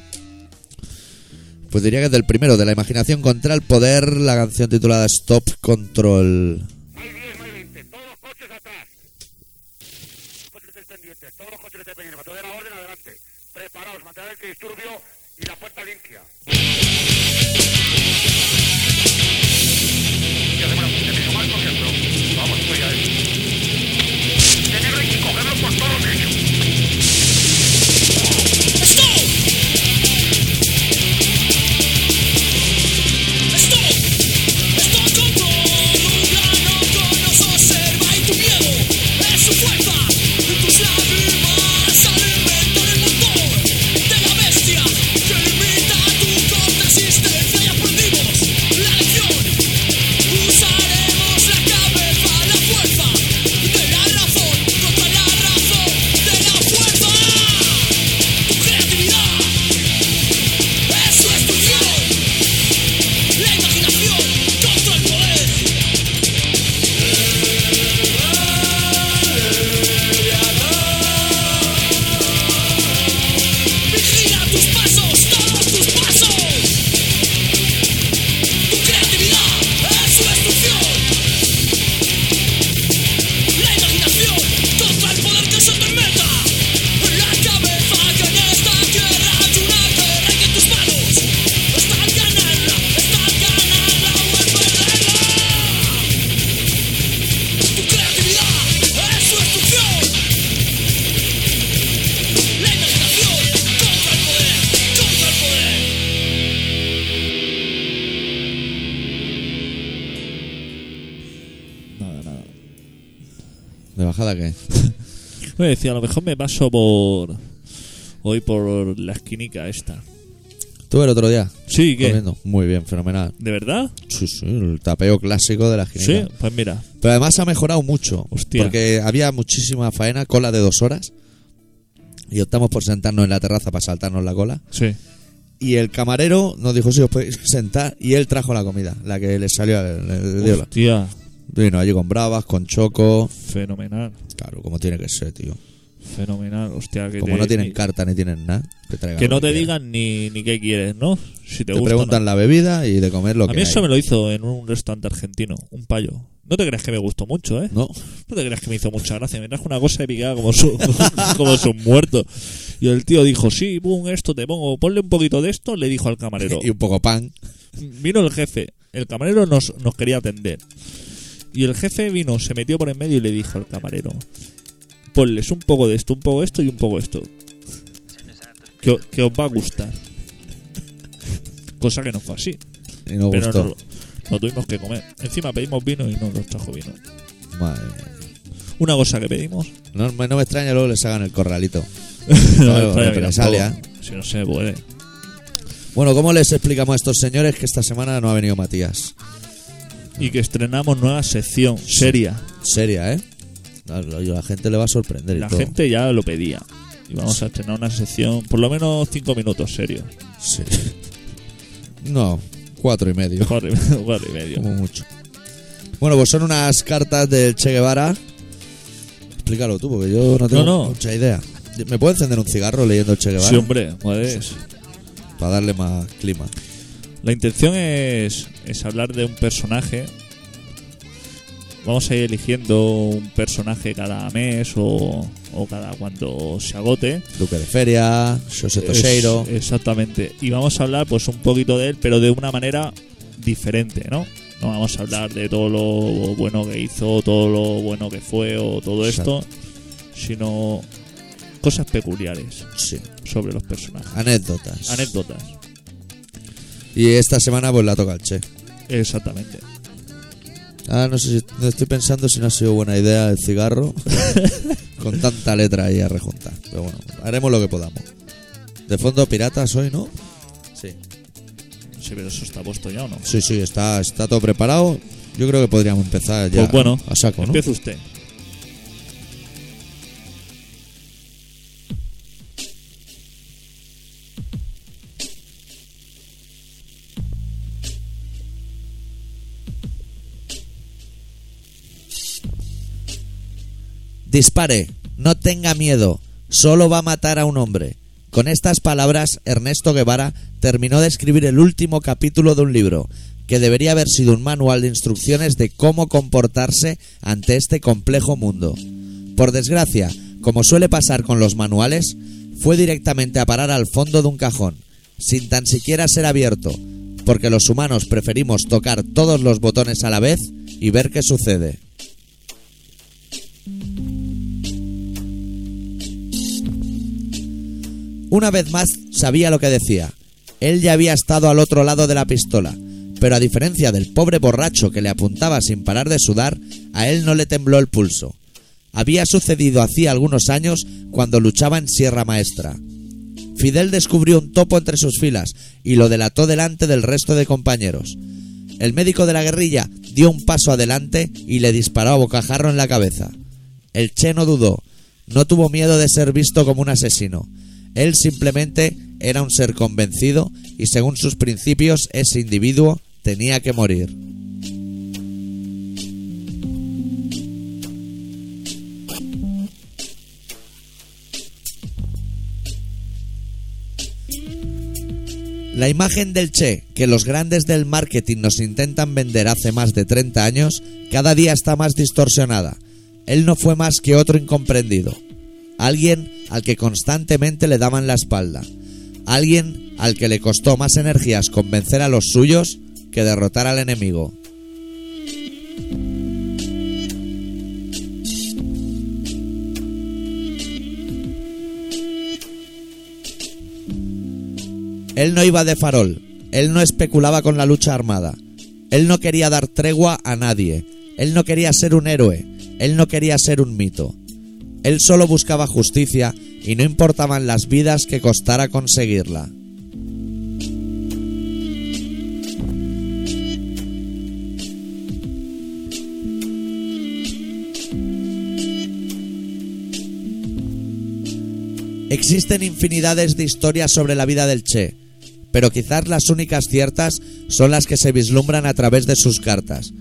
S1: Pues diría que es del primero, de la imaginación contra el poder, la canción titulada Stop Control.
S6: Muy bien, muy bien. Todos los coches atrás. Coches que estén pendientes. Todos los coches que estén pendientes. Cuando dé la orden, adelante. Preparaos, material de disturbio y la puerta limpia. Vamos, estoy ahí. Tenerlo y cogerlo por todos ellos.
S3: Usaremos la cabeza, la fuerza de la razón contra la razón de la fuerza. Tu creatividad es su expresión. La imaginación contra el poder. Vigila tus pasos, todos tus pasos. Tu creatividad es su destrucción La imaginación contra el poder que se atormenta En la cabeza que en esta tierra hay una guerra que tus manos Están ganando, están ganando o en perderla Tu creatividad es su destrucción La imaginación contra el poder, contra el poder
S2: Nada, nada.
S1: ¿De bajada qué?
S2: Me decía, a lo mejor me paso por. Hoy por la esquinica esta.
S1: Estuve el otro día
S2: Sí, ¿qué?
S1: comiendo. Muy bien, fenomenal.
S2: ¿De verdad?
S1: Sí, sí, el tapeo clásico de la
S2: Sí,
S1: esquinita.
S2: pues mira.
S1: Pero además ha mejorado mucho.
S2: Hostia.
S1: Porque había muchísima faena, cola de dos horas. Y optamos por sentarnos en la terraza para saltarnos la cola.
S2: Sí.
S1: Y el camarero nos dijo si os podéis <laughs> sentar. Y él trajo la comida, la que le salió. Le, le dio la-
S2: Hostia,
S1: Vino allí con bravas, con choco.
S2: fenomenal.
S1: Claro, como tiene que ser, tío.
S2: Fenomenal. Hostia, que
S1: Como
S2: te-
S1: no tienen
S2: ni-
S1: carta ni tienen nada. Que, traigan
S2: Que
S1: lo
S2: no te
S1: quieran.
S2: digan ni, ni qué quieres, ¿no? Si te,
S1: Te
S2: gusta. o no.
S1: preguntan la bebida y de comer lo
S2: A
S1: que
S2: mí eso
S1: hay.
S2: me lo hizo en un restaurante argentino, un payo. No te creas que me gustó mucho, ¿eh?
S1: No,
S2: No te creas que me hizo mucha gracia. Me trajo una cosa de picada como su, <laughs> como sus muertos. Y el tío dijo, sí, pum, esto te pongo, ponle un poquito de esto, le dijo al camarero.
S1: <laughs> y un poco pan.
S2: Vino el jefe. El camarero nos, nos quería atender. Y el jefe vino, se metió por en medio y le dijo al camarero: Ponles un poco de esto, un poco de esto y un poco de esto. Que, o- que os va a gustar. <laughs> Cosa que no fue así.
S1: Y no
S2: pero
S1: gustó.
S2: no, lo tuvimos que comer. Encima pedimos vino y no nos trajo vino.
S1: Madre mía.
S2: Una cosa que pedimos.
S1: No, me- no me extraña luego les hagan el corralito.
S2: <laughs> no ¿eh? me
S1: Claro,
S2: extraña que
S1: represalia.
S2: tampoco, Si no se puede.
S1: ¿eh? Bueno, ¿cómo les explicamos a estos señores que esta semana no ha venido Matías?
S2: Y que estrenamos nueva sección seria.
S1: Seria, ¿eh? A la- a la gente le va a sorprender y
S2: La
S1: todo.
S2: gente ya lo pedía. Y vamos a estrenar una sección, por lo menos cinco minutos, serio.
S1: Sí. No, cuatro y medio.
S2: Cuatro y <laughs> medio, cuatro y medio.
S1: Como mucho. Bueno, pues son unas cartas del Che Guevara. Explícalo tú, porque yo no tengo
S2: No, no.
S1: mucha idea. ¿Me puedo encender un cigarro leyendo el Che Guevara?
S2: Sí, hombre, joder.
S1: Para darle más clima.
S2: La intención es, es hablar de un personaje. Vamos a ir eligiendo un personaje cada mes o, o cada cuando se agote.
S1: Duque de Feria, José
S2: Es-
S1: Toseiro.
S2: exactamente. Y vamos a hablar pues un poquito de él, pero de una manera diferente, ¿no? No vamos a hablar de todo lo bueno que hizo, todo lo bueno que fue o todo esto, sino cosas peculiares
S1: Sí.
S2: sobre los personajes.
S1: Anécdotas.
S2: Anécdotas.
S1: Y esta semana pues la toca el Che.
S2: Exactamente.
S1: Ah, no sé si no estoy pensando si no ha sido buena idea el
S2: <laughs>
S1: cigarro. con tanta letra ahí a rejuntar. Pero bueno, haremos lo que podamos. De fondo piratas hoy, ¿no? Sí.
S2: Sí, pero eso está puesto ya o no.
S1: Sí, sí, está, está todo preparado. Yo creo que podríamos empezar ya
S2: Pues bueno,
S1: a saco, ¿no?
S2: empieza usted.
S1: Dispare, no tenga miedo, solo va a matar a un hombre. Con estas palabras, Ernesto Guevara terminó de escribir el último capítulo de un libro, que debería haber sido un manual de instrucciones de cómo comportarse ante este complejo mundo. Por desgracia, como suele pasar con los manuales, fue directamente a parar al fondo de un cajón, sin tan siquiera ser abierto, porque los humanos preferimos tocar todos los botones a la vez y ver qué sucede. Una vez más sabía lo que decía. Él ya había estado al otro lado de la pistola, pero a diferencia del pobre borracho que le apuntaba sin parar de sudar, a él no le tembló el pulso. Había sucedido hacía algunos años cuando luchaba en Sierra Maestra. Fidel descubrió un topo entre sus filas y lo delató delante del resto de compañeros. El médico de la guerrilla dio un paso adelante y le disparó a bocajarro en la cabeza. El Che no dudó, no tuvo miedo de ser visto como un asesino. Él simplemente era un ser convencido y según sus principios ese individuo tenía que morir. La imagen del Che que los grandes del marketing nos intentan vender hace más de 30 años cada día está más distorsionada. Él no fue más que otro incomprendido. Alguien al que constantemente le daban la espalda. Alguien al que le costó más energías convencer a los suyos que derrotar al enemigo. Él no iba de farol, él no especulaba con la lucha armada, él no quería dar tregua a nadie, él no quería ser un héroe, él no quería ser un mito. Él solo buscaba justicia y no importaban las vidas que costara conseguirla. Existen infinidades de historias sobre la vida del Che, pero quizás las únicas ciertas son las que se vislumbran a través de sus cartas.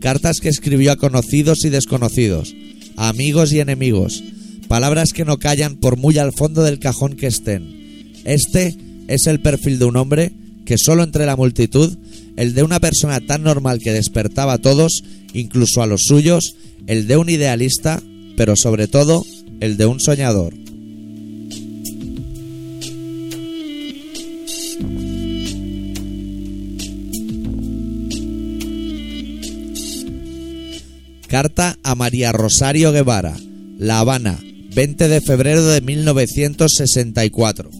S1: Cartas que escribió a conocidos y desconocidos, a amigos y enemigos, palabras que no callan por muy al fondo del cajón que estén. Este es el perfil de un hombre que solo entre la multitud, el de una persona tan normal que despertaba a todos, incluso a los suyos, el de un idealista, pero sobre todo el de un soñador. Carta a María Rosario Guevara, La Habana, 20 de febrero de 1964.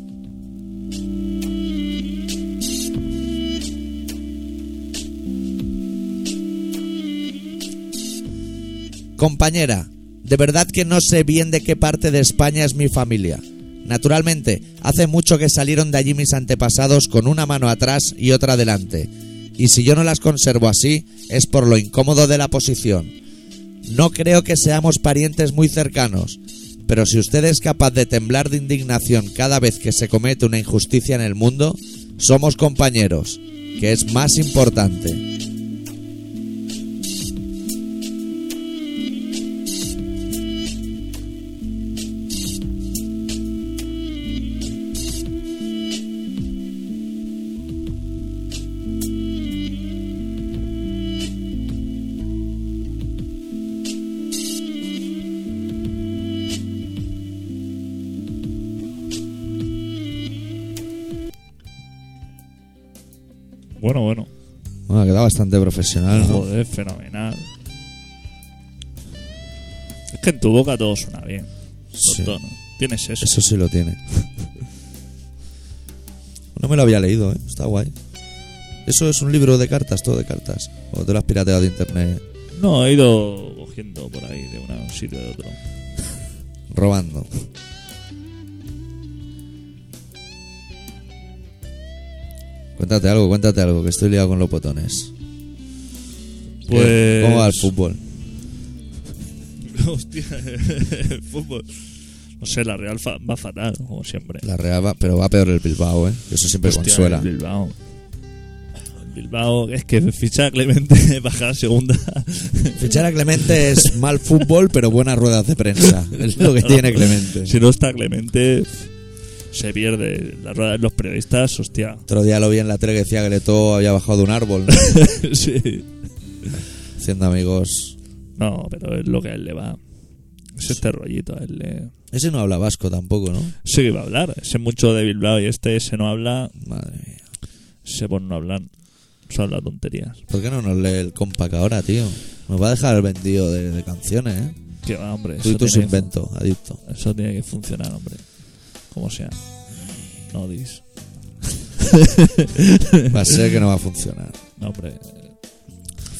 S1: Compañera, de verdad que no sé bien de qué parte de España es mi familia. Naturalmente, hace mucho que salieron de allí mis antepasados con una mano atrás y otra delante. Y si yo no las conservo así, es por lo incómodo de la posición. No creo que seamos parientes muy cercanos, pero si usted es capaz de temblar de indignación cada vez que se comete una injusticia en el mundo, somos compañeros, que es más importante.
S2: Bueno, bueno.
S1: Bueno, ha quedado bastante profesional, Ah, ¿no?
S2: Joder, fenomenal. Es que en tu boca todo suena bien.
S1: Sí.
S2: Doctor. Tienes eso.
S1: Eso sí lo tiene. No me lo había leído, ¿eh? Está guay. Eso es un libro de cartas, todo de cartas. O te lo has pirateado de internet
S2: No, he ido cogiendo por ahí de una- un sitio de otro.
S1: robando. Cuéntate algo, cuéntate algo, que estoy liado con los botones.
S2: Pues.
S1: ¿Cómo va el fútbol?
S2: <laughs> Hostia, el fútbol. No sé, la Real fa- va fatal, como siempre.
S1: La Real va, pero va peor el Bilbao, ¿eh? Eso siempre
S2: Hostia,
S1: consuela.
S2: el Bilbao. El Bilbao, es que ficha a Clemente <laughs> bajar a segunda.
S1: Fichar a Clemente es mal fútbol, pero buenas ruedas de
S2: <laughs>
S1: prensa. Es lo que tiene Clemente.
S2: Si no está Clemente, se pierde. La rueda de los
S1: <laughs>
S2: periodistas, hostia.
S1: Otro día lo vi en la tele que decía que Leto había bajado de un árbol,
S2: <laughs>
S1: ¿no?
S2: sí.
S1: haciendo amigos.
S2: No, pero es lo que a él le va. Es este rollito, a él le...
S1: Ese no habla vasco tampoco, ¿no?
S2: Sí que va a hablar. Ese mucho de Bilbao y este se no habla,
S1: Madre mía.
S2: se pone no hablar. Son las tonterías.
S1: ¿Por qué no nos lee el compac ahora, tío? Nos va a dejar el vendido de, de canciones, ¿eh?
S2: Que va, hombre.
S1: Tú y
S2: eso
S1: tus
S2: tiene que-
S1: inventos, adicto.
S2: Eso tiene que funcionar, hombre. Como sea. No dis.
S1: Va a ser que no va a funcionar.
S2: No, hombre.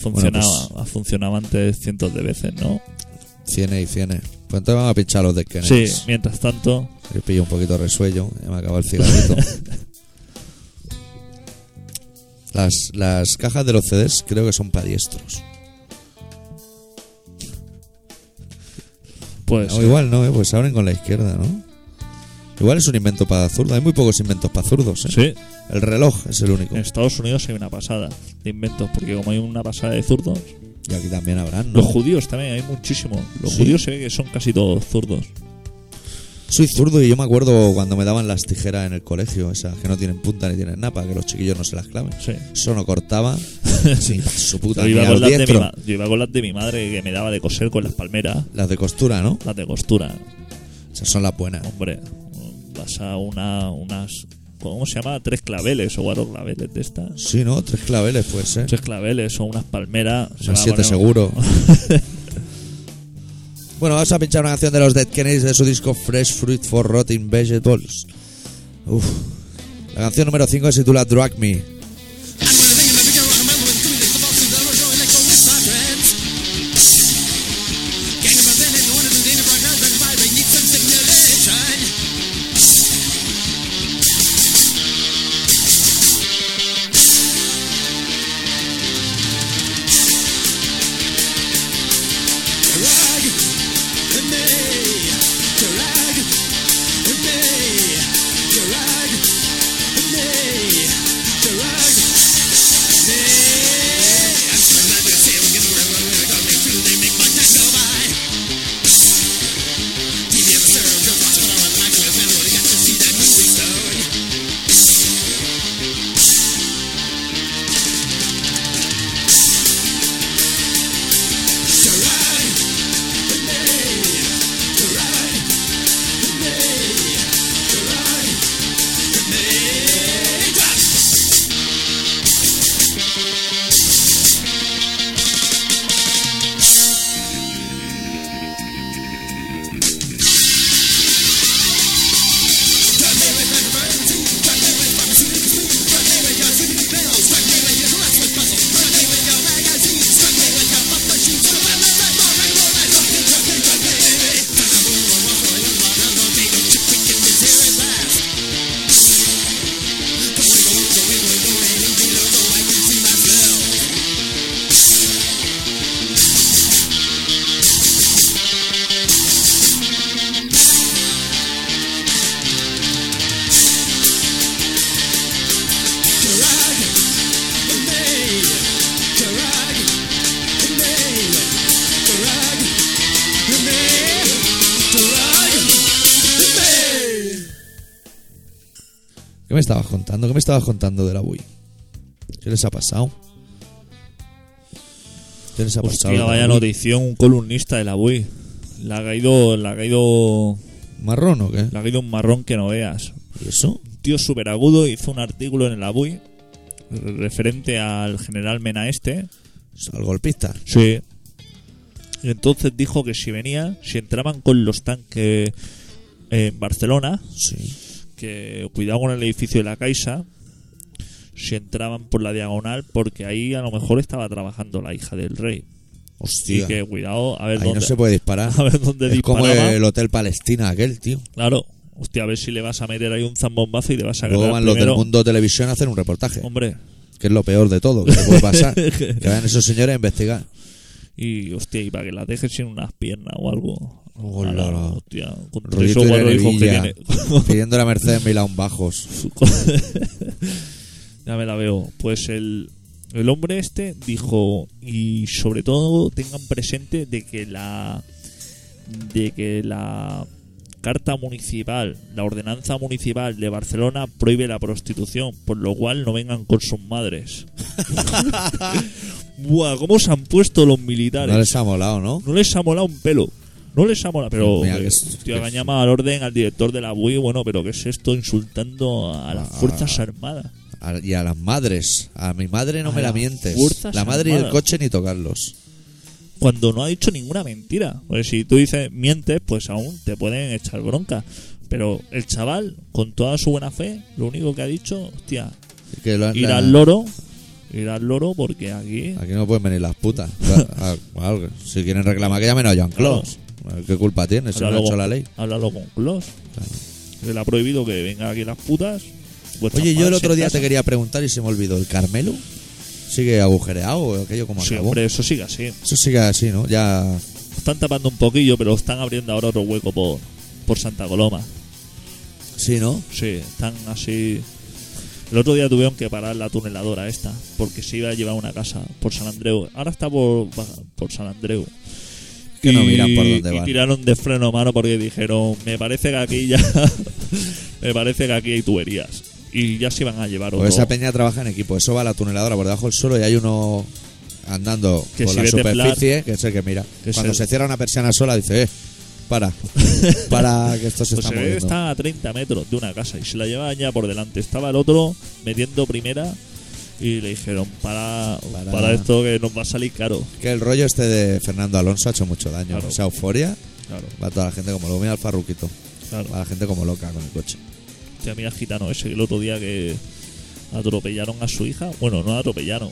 S2: Funcionaba,
S1: Bueno, pues-
S2: ha funcionado antes cientos de veces, ¿no?
S1: Cienes y cienes. Pues entonces vamos a pinchar los de Kennedy.
S2: Sí, mientras tanto,
S1: Yo pillo un poquito de resuello, ya me acabó el
S2: <laughs>
S1: cigarrito. las, las cajas de los CDs creo que son para diestros.
S2: pues.
S1: No, igual no, ¿eh? pues se abren con la izquierda, ¿no? Igual es un invento para zurdos. Hay muy pocos inventos para zurdos, ¿eh?
S2: Sí,
S1: El reloj es el único.
S2: en Estados Unidos hay una pasada de inventos, porque como hay una pasada de zurdos,
S1: Y aquí también habrán, ¿no?
S2: los judíos también hay muchísimo. Los
S1: Sí.
S2: judíos se ve que son casi todos zurdos.
S1: Soy zurdo y yo me acuerdo cuando me daban las tijeras en el colegio, esas que no tienen punta ni tienen nada, para que los chiquillos no se las claven.
S2: Sí.
S1: Eso no
S2: <laughs>
S1: cortaba. Sí, su puta
S2: Yo iba,
S1: ni
S2: con
S1: al
S2: las de mi,
S1: diestro.
S2: ma- yo iba con las de mi madre que me daba de coser con las palmeras,
S1: Las de costura, ¿no?
S2: las de costura.
S1: Esas son las buenas.
S2: Hombre, vas a una, unas. ¿Cómo se llama? Tres claveles o cuatro claveles de estas.
S1: Sí, ¿no? Tres claveles puede ser.
S2: Tres claveles o unas palmeras. se
S1: Unas
S2: va a
S1: siete
S2: poner-
S1: seguro. <laughs> Bueno, vamos a pinchar una canción de los Dead Kennedys de su disco Fresh Fruit for Rotting Vegetables. Uf. La canción número 5 se titula Drag Me.
S5: Drag me, drag me, drag
S1: ¿Qué me estabas contando? ¿Qué me estabas contando de la Wii? ¿Qué les ha pasado? ¿Qué les ha pasado? de
S2: Hostia,
S1: la
S2: vaya
S1: Wii?
S2: notición, un columnista de la Wii. Le ha caído, le ha caído,
S1: ¿Marrón o qué?
S2: le ha caído un marrón que no veas.
S1: ¿Y eso?
S2: Un tío súper agudo hizo un artículo en la Wii referente al general Mena este.
S1: Al golpista.
S2: Sí. Y entonces dijo que si venía, si entraban con los tanques en Barcelona,
S1: Sí.
S2: que cuidado con el edificio de la Caixa, si entraban por la diagonal, porque ahí a lo mejor estaba trabajando la hija del rey.
S1: Hostia.
S2: Y que cuidado, a ver
S1: Ahí
S2: dónde.
S1: no se puede disparar.
S2: <laughs> A ver dónde
S1: es como
S2: disparaba.
S1: el Hotel Palestina aquel, tío.
S2: Claro, hostia, a ver si le vas a meter ahí un zambombazo y le vas a
S1: Luego
S2: ganar
S1: van los del
S2: primero.
S1: Mundo Televisión a hacer un reportaje.
S2: Hombre,
S1: Que es lo peor de todo que te puede
S2: <laughs>
S1: pasar. que vayan esos señores a investigar.
S2: y hostia, y para que la dejes sin unas piernas o algo.
S1: Hola.
S2: Ala, hostia, con tres
S1: Rollito
S2: o
S1: y
S2: cuatro hijos que
S1: Villa,
S2: tiene. <laughs>
S1: pidiéndole a Mercedes Milán bajos.
S2: <laughs> ya me la veo. Pues el, el hombre este dijo, y sobre todo tengan presente de que la de que la carta municipal, la ordenanza municipal de Barcelona prohíbe la prostitución, por lo cual no vengan con sus madres. Buah, cómo se han puesto los militares.
S1: No les ha molado, ¿no?
S2: No les ha molado un pelo. No les ha molado. Pero
S1: Mira, que
S2: eh,
S1: es-
S2: hostia,
S1: que
S2: hagan
S1: es-
S2: llamada al orden al director de la Wii. Bueno, pero ¿qué es esto insultando a las
S1: Ah.
S2: Fuerzas Armadas?
S1: A- y a las madres. A mi madre no
S2: A
S1: me la
S2: las
S1: mientes.
S2: fuerzas
S1: La madre y el
S2: armadas.
S1: coche ni tocarlos.
S2: Cuando no ha dicho ninguna mentira. Pues si tú dices mientes, pues aún te pueden echar bronca. Pero el chaval, con toda su buena fe, lo único que ha dicho, hostia,
S1: Que lo-
S2: ir
S1: la-
S2: al loro. Ir al loro porque aquí.
S1: Aquí no pueden venir las putas. Ah, ah, si quieren reclamar que llamen a Joan Claus. ¿Qué culpa tiene? Si no ha
S2: háblalo
S1: hecho
S2: con-
S1: la ley.
S2: háblalo con Klaus.
S1: Claro.
S2: Se le ha prohibido que vengan aquí las putas. vuestras
S1: Oye, yo el
S2: madres
S1: otro
S2: en
S1: día
S2: casa.
S1: te quería preguntar y se me olvidó. ¿El Carmelo sigue agujereado o aquello como
S2: Sí,
S1: acabó?
S2: hombre, eso sigue así.
S1: Eso sigue así, ¿no? Ya
S2: Están tapando un poquillo, pero están abriendo ahora otro hueco por, por Santa Coloma.
S1: Sí, ¿no?
S2: Sí, están así. El otro día tuvieron que parar la tuneladora esta, porque se iba a llevar una casa por San Andreu. Ahora está por, por San Andreu.
S1: Que no miran por dónde
S2: y
S1: van.
S2: tiraron de freno a mano porque dijeron, me parece que aquí ya... <laughs> me parece que aquí hay tuberías. Y ya se iban a llevar otro.
S1: Porque Pues esa peña trabaja en equipo. Eso va a la tuneladora por debajo del suelo y hay uno andando
S2: Que
S1: por
S2: si
S1: la
S2: ve temblar-
S1: superficie, que es el que mira.
S2: Que es
S1: Cuando
S2: el-
S1: se cierra una persiana sola, dice, eh,
S2: <laughs>
S1: para, para que esto se
S2: Pues
S1: está
S2: se ve que
S1: moviendo.
S2: está a 30 metros de una casa y se la llevaban ya por delante. Estaba el otro metiendo primera y le dijeron, para,
S1: Para.
S2: para. esto que nos va a salir caro.
S1: Que el rollo este de Fernando Alonso ha hecho mucho daño.
S2: Claro.
S1: Esa euforia
S2: Claro,
S1: va a toda la gente como lo mira al farruquito.
S2: claro.
S1: Va la gente como loca con el coche.
S2: Hostia, mira el gitano ese que el otro día que atropellaron a su hija. Bueno, no la atropellaron.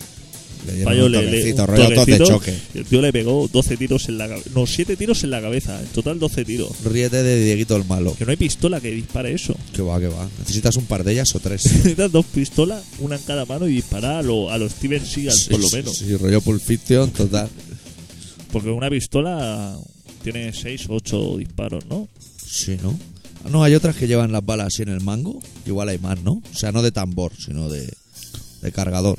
S1: Le
S2: El
S1: dieron
S2: fallo
S1: un
S2: le- le-
S1: toquecito,
S2: un
S1: rollo autos de
S2: toquecito,
S1: choque.
S2: y el tío le pegó 12 tiros en la cabeza. No, 7 tiros en la cabeza. En total 12 tiros.
S1: Ríete de Dieguito el malo.
S2: Que no hay pistola que dispare eso. <laughs>
S1: Que va, que va. Necesitas un par de ellas o tres.
S2: Necesitas dos pistolas, una en cada mano y disparar a los a lo Steven Seagal, por lo menos.
S1: Sí, sí, rollo Pulp Fiction, total.
S2: Porque una pistola tiene 6 o 8 disparos, ¿no?
S1: Sí, ¿no? Ah, No, hay otras que llevan las balas así en el mango. Igual hay más, ¿no? O sea, no de tambor, sino de, de cargador.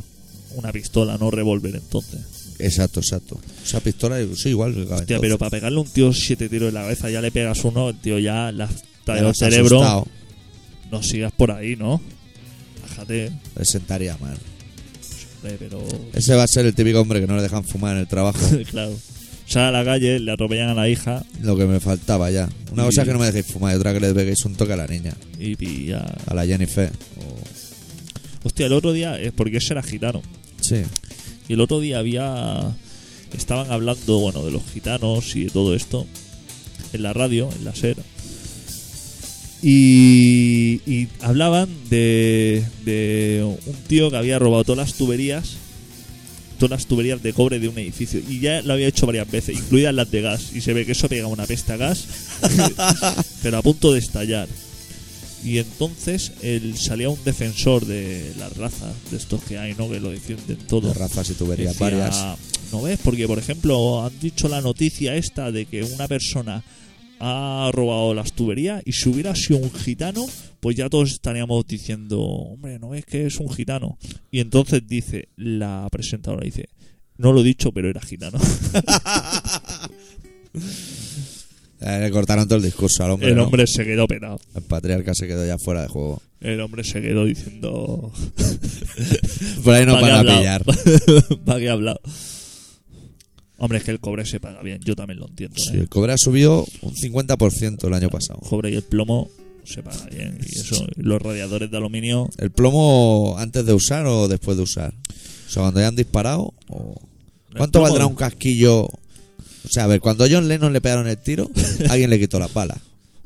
S2: Una pistola, no revólver entonces.
S1: Exacto, exacto. O sea, pistola, sí, igual. que
S2: Hostia,
S1: cabezón.
S2: pero para pegarle a un tío siete tiros en la cabeza, ya le pegas uno, el tío ya la está
S1: Ya
S2: de
S1: nos ha
S2: cerebro.
S1: asustado.
S2: No sigas por ahí, ¿no? Bájate,
S1: Le sentaría mal.
S2: hombre, pero. eh,
S1: Ese va a ser el típico hombre que no le dejan fumar en el trabajo. <laughs>
S2: <laughs> claro. Sale a la calle, le atropellan a la hija
S1: Lo que me faltaba ya. Una
S2: Y-
S1: cosa es que no me dejéis fumar y otra que le peguéis un toque a la niña,
S2: y pilla.
S1: a la Jennifer.
S2: Hostia, el otro día, es porque ese era gitano.
S1: Sí.
S2: Y el otro día había. Estaban hablando, bueno, de los gitanos y de todo esto en la radio, en la SER. Y, y hablaban de, de un tío que había robado todas las tuberías, todas las tuberías de cobre de un edificio. Y ya lo había hecho varias veces, incluidas las de gas. Y se ve que eso pega una pesta a gas, pero a punto de estallar. Y entonces él salía un defensor de las razas, de estos que hay, ¿no? Que lo defienden todo.
S1: De razas y tuberías
S2: Decía,
S1: varias.
S2: ah, ¿No ves? Porque, por ejemplo, han dicho la noticia esta de que una persona ha robado las tuberías y si hubiera sido un gitano, pues ya todos estaríamos diciendo, hombre, ¿no ves que es un gitano? Y entonces dice, la presentadora dice, no lo he dicho, pero era gitano.
S1: <laughs> Eh, le cortaron todo el discurso al hombre.
S2: <laughs> El
S1: ¿no?
S2: hombre se quedó petado.
S1: El patriarca se quedó ya fuera de juego.
S2: El hombre se quedó diciendo.
S1: Por ahí no
S2: qué
S1: van a
S2: hablado? <laughs>
S1: pillar.
S2: ¿Para qué he hablado? Hombre, es que el cobre se paga bien. Yo también lo entiendo.
S1: Sí,
S2: ¿eh?
S1: el cobre ha subido un 50% el año pasado.
S2: El cobre y el plomo se paga bien. Y eso, y los radiadores de aluminio.
S1: ¿El plomo antes de usar o después de usar? O sea, cuando ya han disparado. o-
S2: El
S1: ¿Cuánto
S2: plomo-
S1: valdrá un casquillo? O sea, a ver, cuando a John Lennon le pegaron el
S2: <laughs>
S1: tiro, alguien le quitó la pala.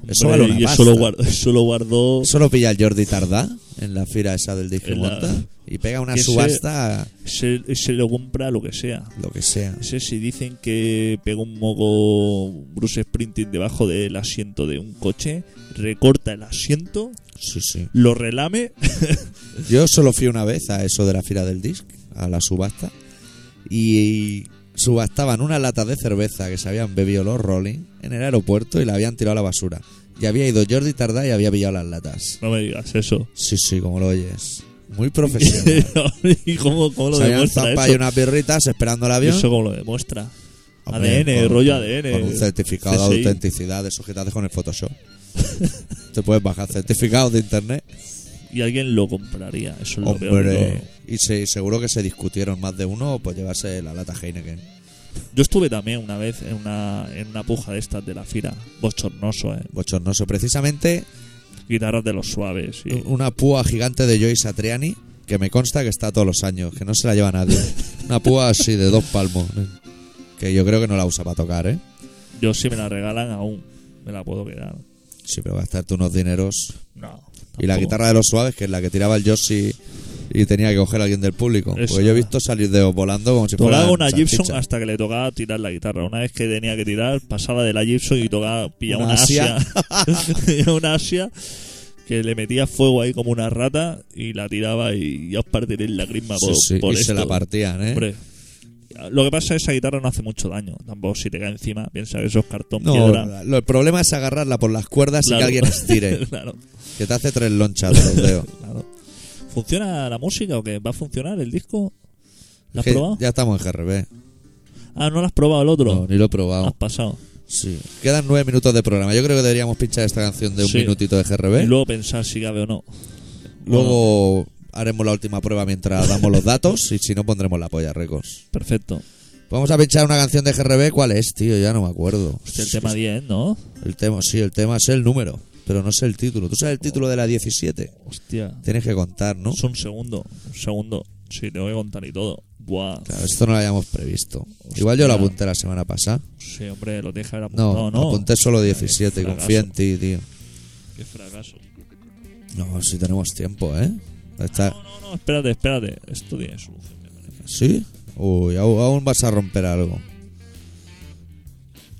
S1: Eso
S2: Hombre,
S1: vale una
S2: y
S1: pasta.
S2: eso lo, guardó, eso lo guardó.
S1: Eso lo pilla el Jordi Tardá en la fira esa del disco
S2: En la-
S1: y pega una
S2: que se-
S1: subasta,
S2: Se, se lo compra lo que sea.
S1: lo que sea.
S2: Ese si dicen que pegó un mogo Bruce Sprinting debajo del asiento de un coche, recorta el asiento,
S1: Sí, sí.
S2: lo relame. <laughs>
S1: Yo solo fui una vez a eso de la fila del disc, a la subasta, y subastaban una lata de cerveza que se habían bebido los Rolling en el aeropuerto y la habían tirado a la basura. Y había ido Jordi Tardá y había pillado las latas.
S2: No me digas eso.
S1: Sí, sí, como lo oyes. Muy profesional.
S2: ¿Y cómo, cómo <laughs> lo
S1: se habían
S2: demuestra
S1: zampado
S2: eso?
S1: ahí unas birritas esperando el
S2: ¿Y
S1: avión.
S2: eso cómo lo demuestra?
S1: Hombre,
S2: ADN,
S1: con-
S2: rollo ADN.
S1: Con un certificado de
S2: CSI.
S1: autenticidad, de que te haces con el Photoshop. <laughs> te puedes bajar certificados de internet.
S2: Y alguien lo compraría. Eso es lo peor. de
S1: Hombre.
S2: todo.
S1: Y se- seguro que se discutieron más de uno pues llevarse la lata Heineken.
S2: Yo estuve también una vez en una, en una puja de estas de la fira. Bochornoso, ¿eh?
S1: Bochornoso. Precisamente
S2: Guitarras de los suaves. y-
S1: una púa gigante de Joey Satriani que me consta que está todos los años, que no se la lleva
S2: <laughs>
S1: nadie. una púa así de dos palmos. eh, Que yo creo que no la usa para tocar, ¿eh?
S2: Yo si me la regalan aún, me la puedo quedar.
S1: Sí, pero gastarte unos dineros.
S2: No.
S1: Y la
S2: tampoco.
S1: guitarra de los suaves, que es la que tiraba el Joshi y tenía que coger a alguien del público.
S2: Esa.
S1: Porque yo he visto salir de volando como si fuera
S2: Tocaba una Gibson hasta que le tocaba tirar la guitarra. Una vez que tenía que tirar, pasaba de la Gibson y tocaba, pillaba
S1: Una
S2: una,
S1: Asia.
S2: Asia. Pillaba una Asia <laughs> que le metía fuego ahí como una rata y la tiraba y ya os partiré la crisma por, por
S1: y se
S2: esto.
S1: la partían, ¿eh?
S2: Hombre, Lo que pasa es que esa guitarra no hace mucho daño. Tampoco si te cae encima, piensa que eso es cartón
S1: No,
S2: piedra.
S1: lo- el problema es agarrarla por las cuerdas y que
S2: Claro.
S1: alguien estire.
S2: <laughs> claro,
S1: que te hace tres lonchas de los dedos.
S2: claro. ¿Funciona la música o qué? ¿Va a funcionar el disco? ¿La has
S1: Que
S2: probado?
S1: Ya estamos en GRB.
S2: Ah, no Ah, la has probado el otro.
S1: No, ni lo he
S2: Has
S1: probado.
S2: pasado.
S1: Sí. Quedan nueve minutos de programa. Yo creo que deberíamos pinchar esta canción de un
S2: Sí.
S1: minutito de GRB.
S2: Y luego pensar si cabe o no.
S1: Luego haremos la última prueba mientras damos los datos y si no pondremos la polla récords.
S2: Perfecto.
S1: Vamos a pinchar una canción de GRB. ¿Cuál es, tío? Ya no me acuerdo.
S2: Hostia, el tema 10, ¿no?
S1: El tema, sí, el tema es el número, pero no sé el título. ¿Tú sabes el título de la 17?
S2: Hostia.
S1: Tienes que contar, ¿no?
S2: Es un segundo. Un segundo. Sí, te voy a contar y todo. Buah.
S1: Claro, esto no lo habíamos previsto. Igual yo lo apunté la semana pasada.
S2: Sí, hombre, lo deja haber
S1: No, Eh,
S2: apuntado, ¿no?
S1: apunté solo 17,
S2: Fracaso.
S1: confía en ti, tío.
S2: Qué fracaso.
S1: No, si tenemos tiempo, ¿eh? Está...
S2: No, no, no, espérate, espérate. Esto tiene solución, me parece.
S1: ¿Sí? Uy, au- aún vas a romper algo.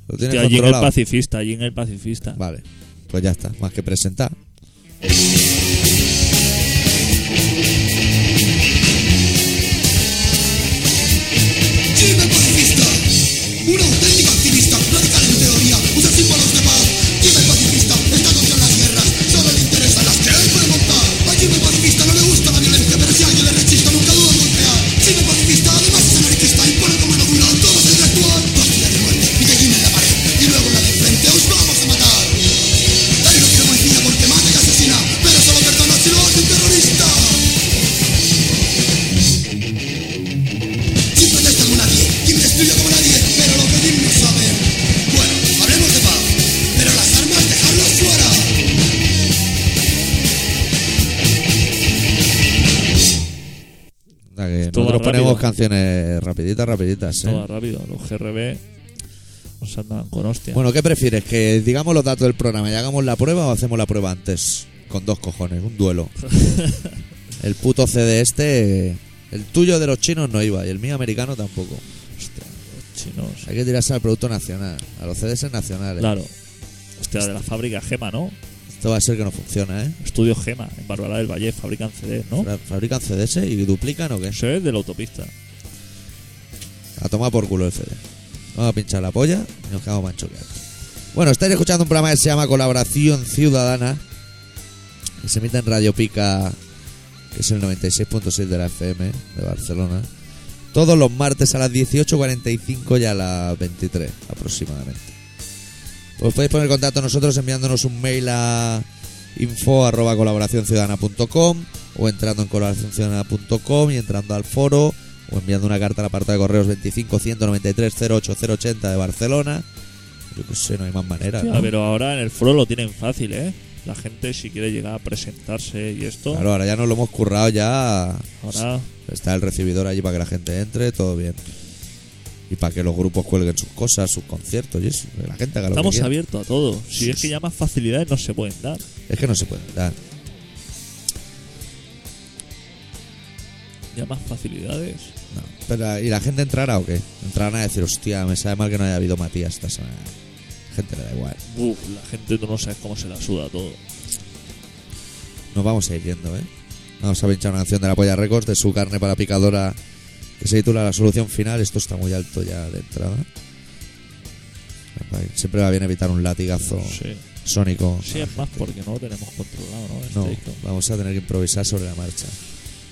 S1: ¿Lo tienes
S2: Hostia, Jin el
S1: controlado?
S2: pacifista, Jin el pacifista.
S1: Vale, pues ya está, más que presentar.
S7: Jim el pacifista, un auténtico activista, radical en teoría, usa símbolos de paz. Jim el pacifista está contra las guerras, solo le interesan las que él puede montar. A Jim el pacifista no le gusta la violencia, pero si alguien le resiste nunca duda en golpear. Jim el pacifista además es anarquista y pone como mano dura a todos en el actual. Pastilla de muerte y de Jim en la pared, y luego la de frente os vamos a matar. Él no quiere policía porque mata y asesina, pero solo perdona si lo hace un terrorista. Jim protesta como nadie, Jim destruye como nadie, pero lo que Jim no sabe. Bueno, hablemos de paz, pero las armas dejarlas fuera.
S1: Anda, que
S2: Esto va
S1: nosotros
S2: rápido.
S1: ponemos canciones rapiditas, rapiditas, ¿eh?
S2: Todo va rápido. Los GRB nos andan con hostia. <laughs>
S1: Bueno, ¿qué prefieres? ¿Que digamos los datos del programa y hagamos la prueba o hacemos la prueba antes? Con dos cojones, un duelo. el puto CD este, el tuyo de los chinos no iba y el mío americano tampoco.
S2: Hostia, los chinos.
S1: Hay que tirarse al producto nacional, a los CDs nacionales.
S2: Claro. Hostia, de la fábrica Gema, ¿no?
S1: Esto va a ser que no funciona, ¿eh?
S2: Estudio Gema, en Barbará del Valle, fabrican CDs, ¿no?
S1: Fra- ¿Fabrican CDs y duplican o qué?
S2: Eso es de la autopista.
S1: A tomar por culo el CD. Vamos a pinchar la polla y nos quedamos manchoqueados. Bueno, estáis escuchando un programa que se llama Colaboración Ciudadana, que se emite en Radio Pica, que es el 96.6 de la FM de Barcelona, todos los martes a las 18.45 y a las 23 aproximadamente. Os Pues podéis poner en contacto con nosotros enviándonos un mail a info arroba colaboracionciudadana.com o entrando en colaboracionciudadana.com y entrando al foro o enviando una carta al apartado de correos 25 193 08080 de Barcelona. Yo qué sé, no hay más manera.
S2: Hostia,
S1: ¿no?
S2: Pero ahora en el foro lo tienen fácil, ¿eh? La gente si quiere llegar a presentarse y esto,
S1: Claro, ahora ya nos lo hemos currado ya.
S2: ahora
S1: Está el recibidor allí para que la gente entre, todo bien. Y para que los grupos cuelguen sus cosas, sus conciertos y eso. Que la gente haga lo que
S2: estamos
S1: quiera.
S2: abiertos a todo. Si
S1: Sí,
S2: es que
S1: sí.
S2: ya más facilidades no se pueden dar.
S1: Es que no se puede dar.
S2: Ya más facilidades.
S1: No. Pero, ¿Y la gente entrará o qué? Entrarán a decir, hostia, me sabe mal que no haya habido Matías esta semana. La gente le da igual.
S2: Uf, la gente tú no sabes cómo se la suda todo.
S1: Nos vamos a ir yendo, ¿eh? Vamos a pinchar una canción de la Polla Records, de su carne para picadora, que se titula La Solución Final. Esto está muy alto ya de entrada. Siempre va bien evitar un latigazo
S2: Sí.
S1: sónico.
S2: Sí, es más porque no lo tenemos controlado, ¿no? Este
S1: No,
S2: hito.
S1: vamos a tener que improvisar sobre la marcha.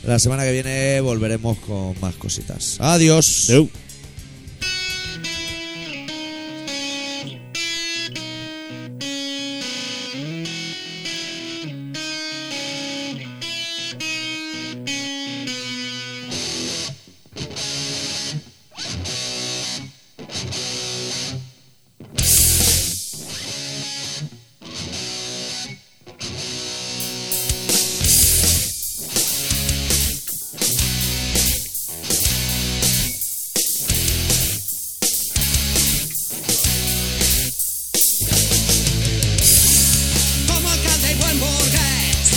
S1: La semana que viene volveremos con más cositas. Adiós.
S2: Deu.
S5: Como alcalde y buen burgués,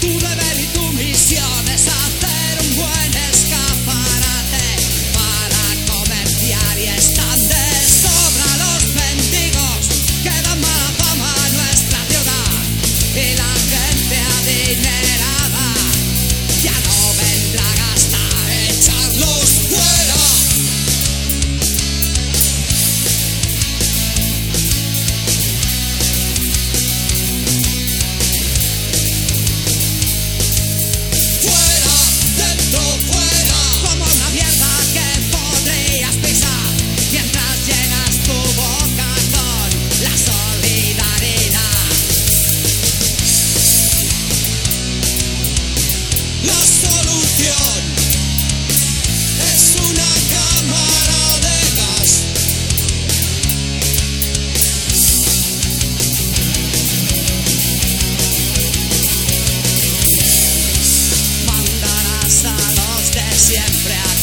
S5: tu deber y tu misión es hacer un buen escaparate para comerciar y están de sobra los mendigos que dan mala fama a nuestra ciudad y la gente adinerada ya no vendrá a gastar, echarlos fuera. Fuera, dentro, fuera Como una mierda que podrías pisar Mientras llenas tu boca con la solidaridad La solución Es una cámara de gas Mandarás a los de siempre a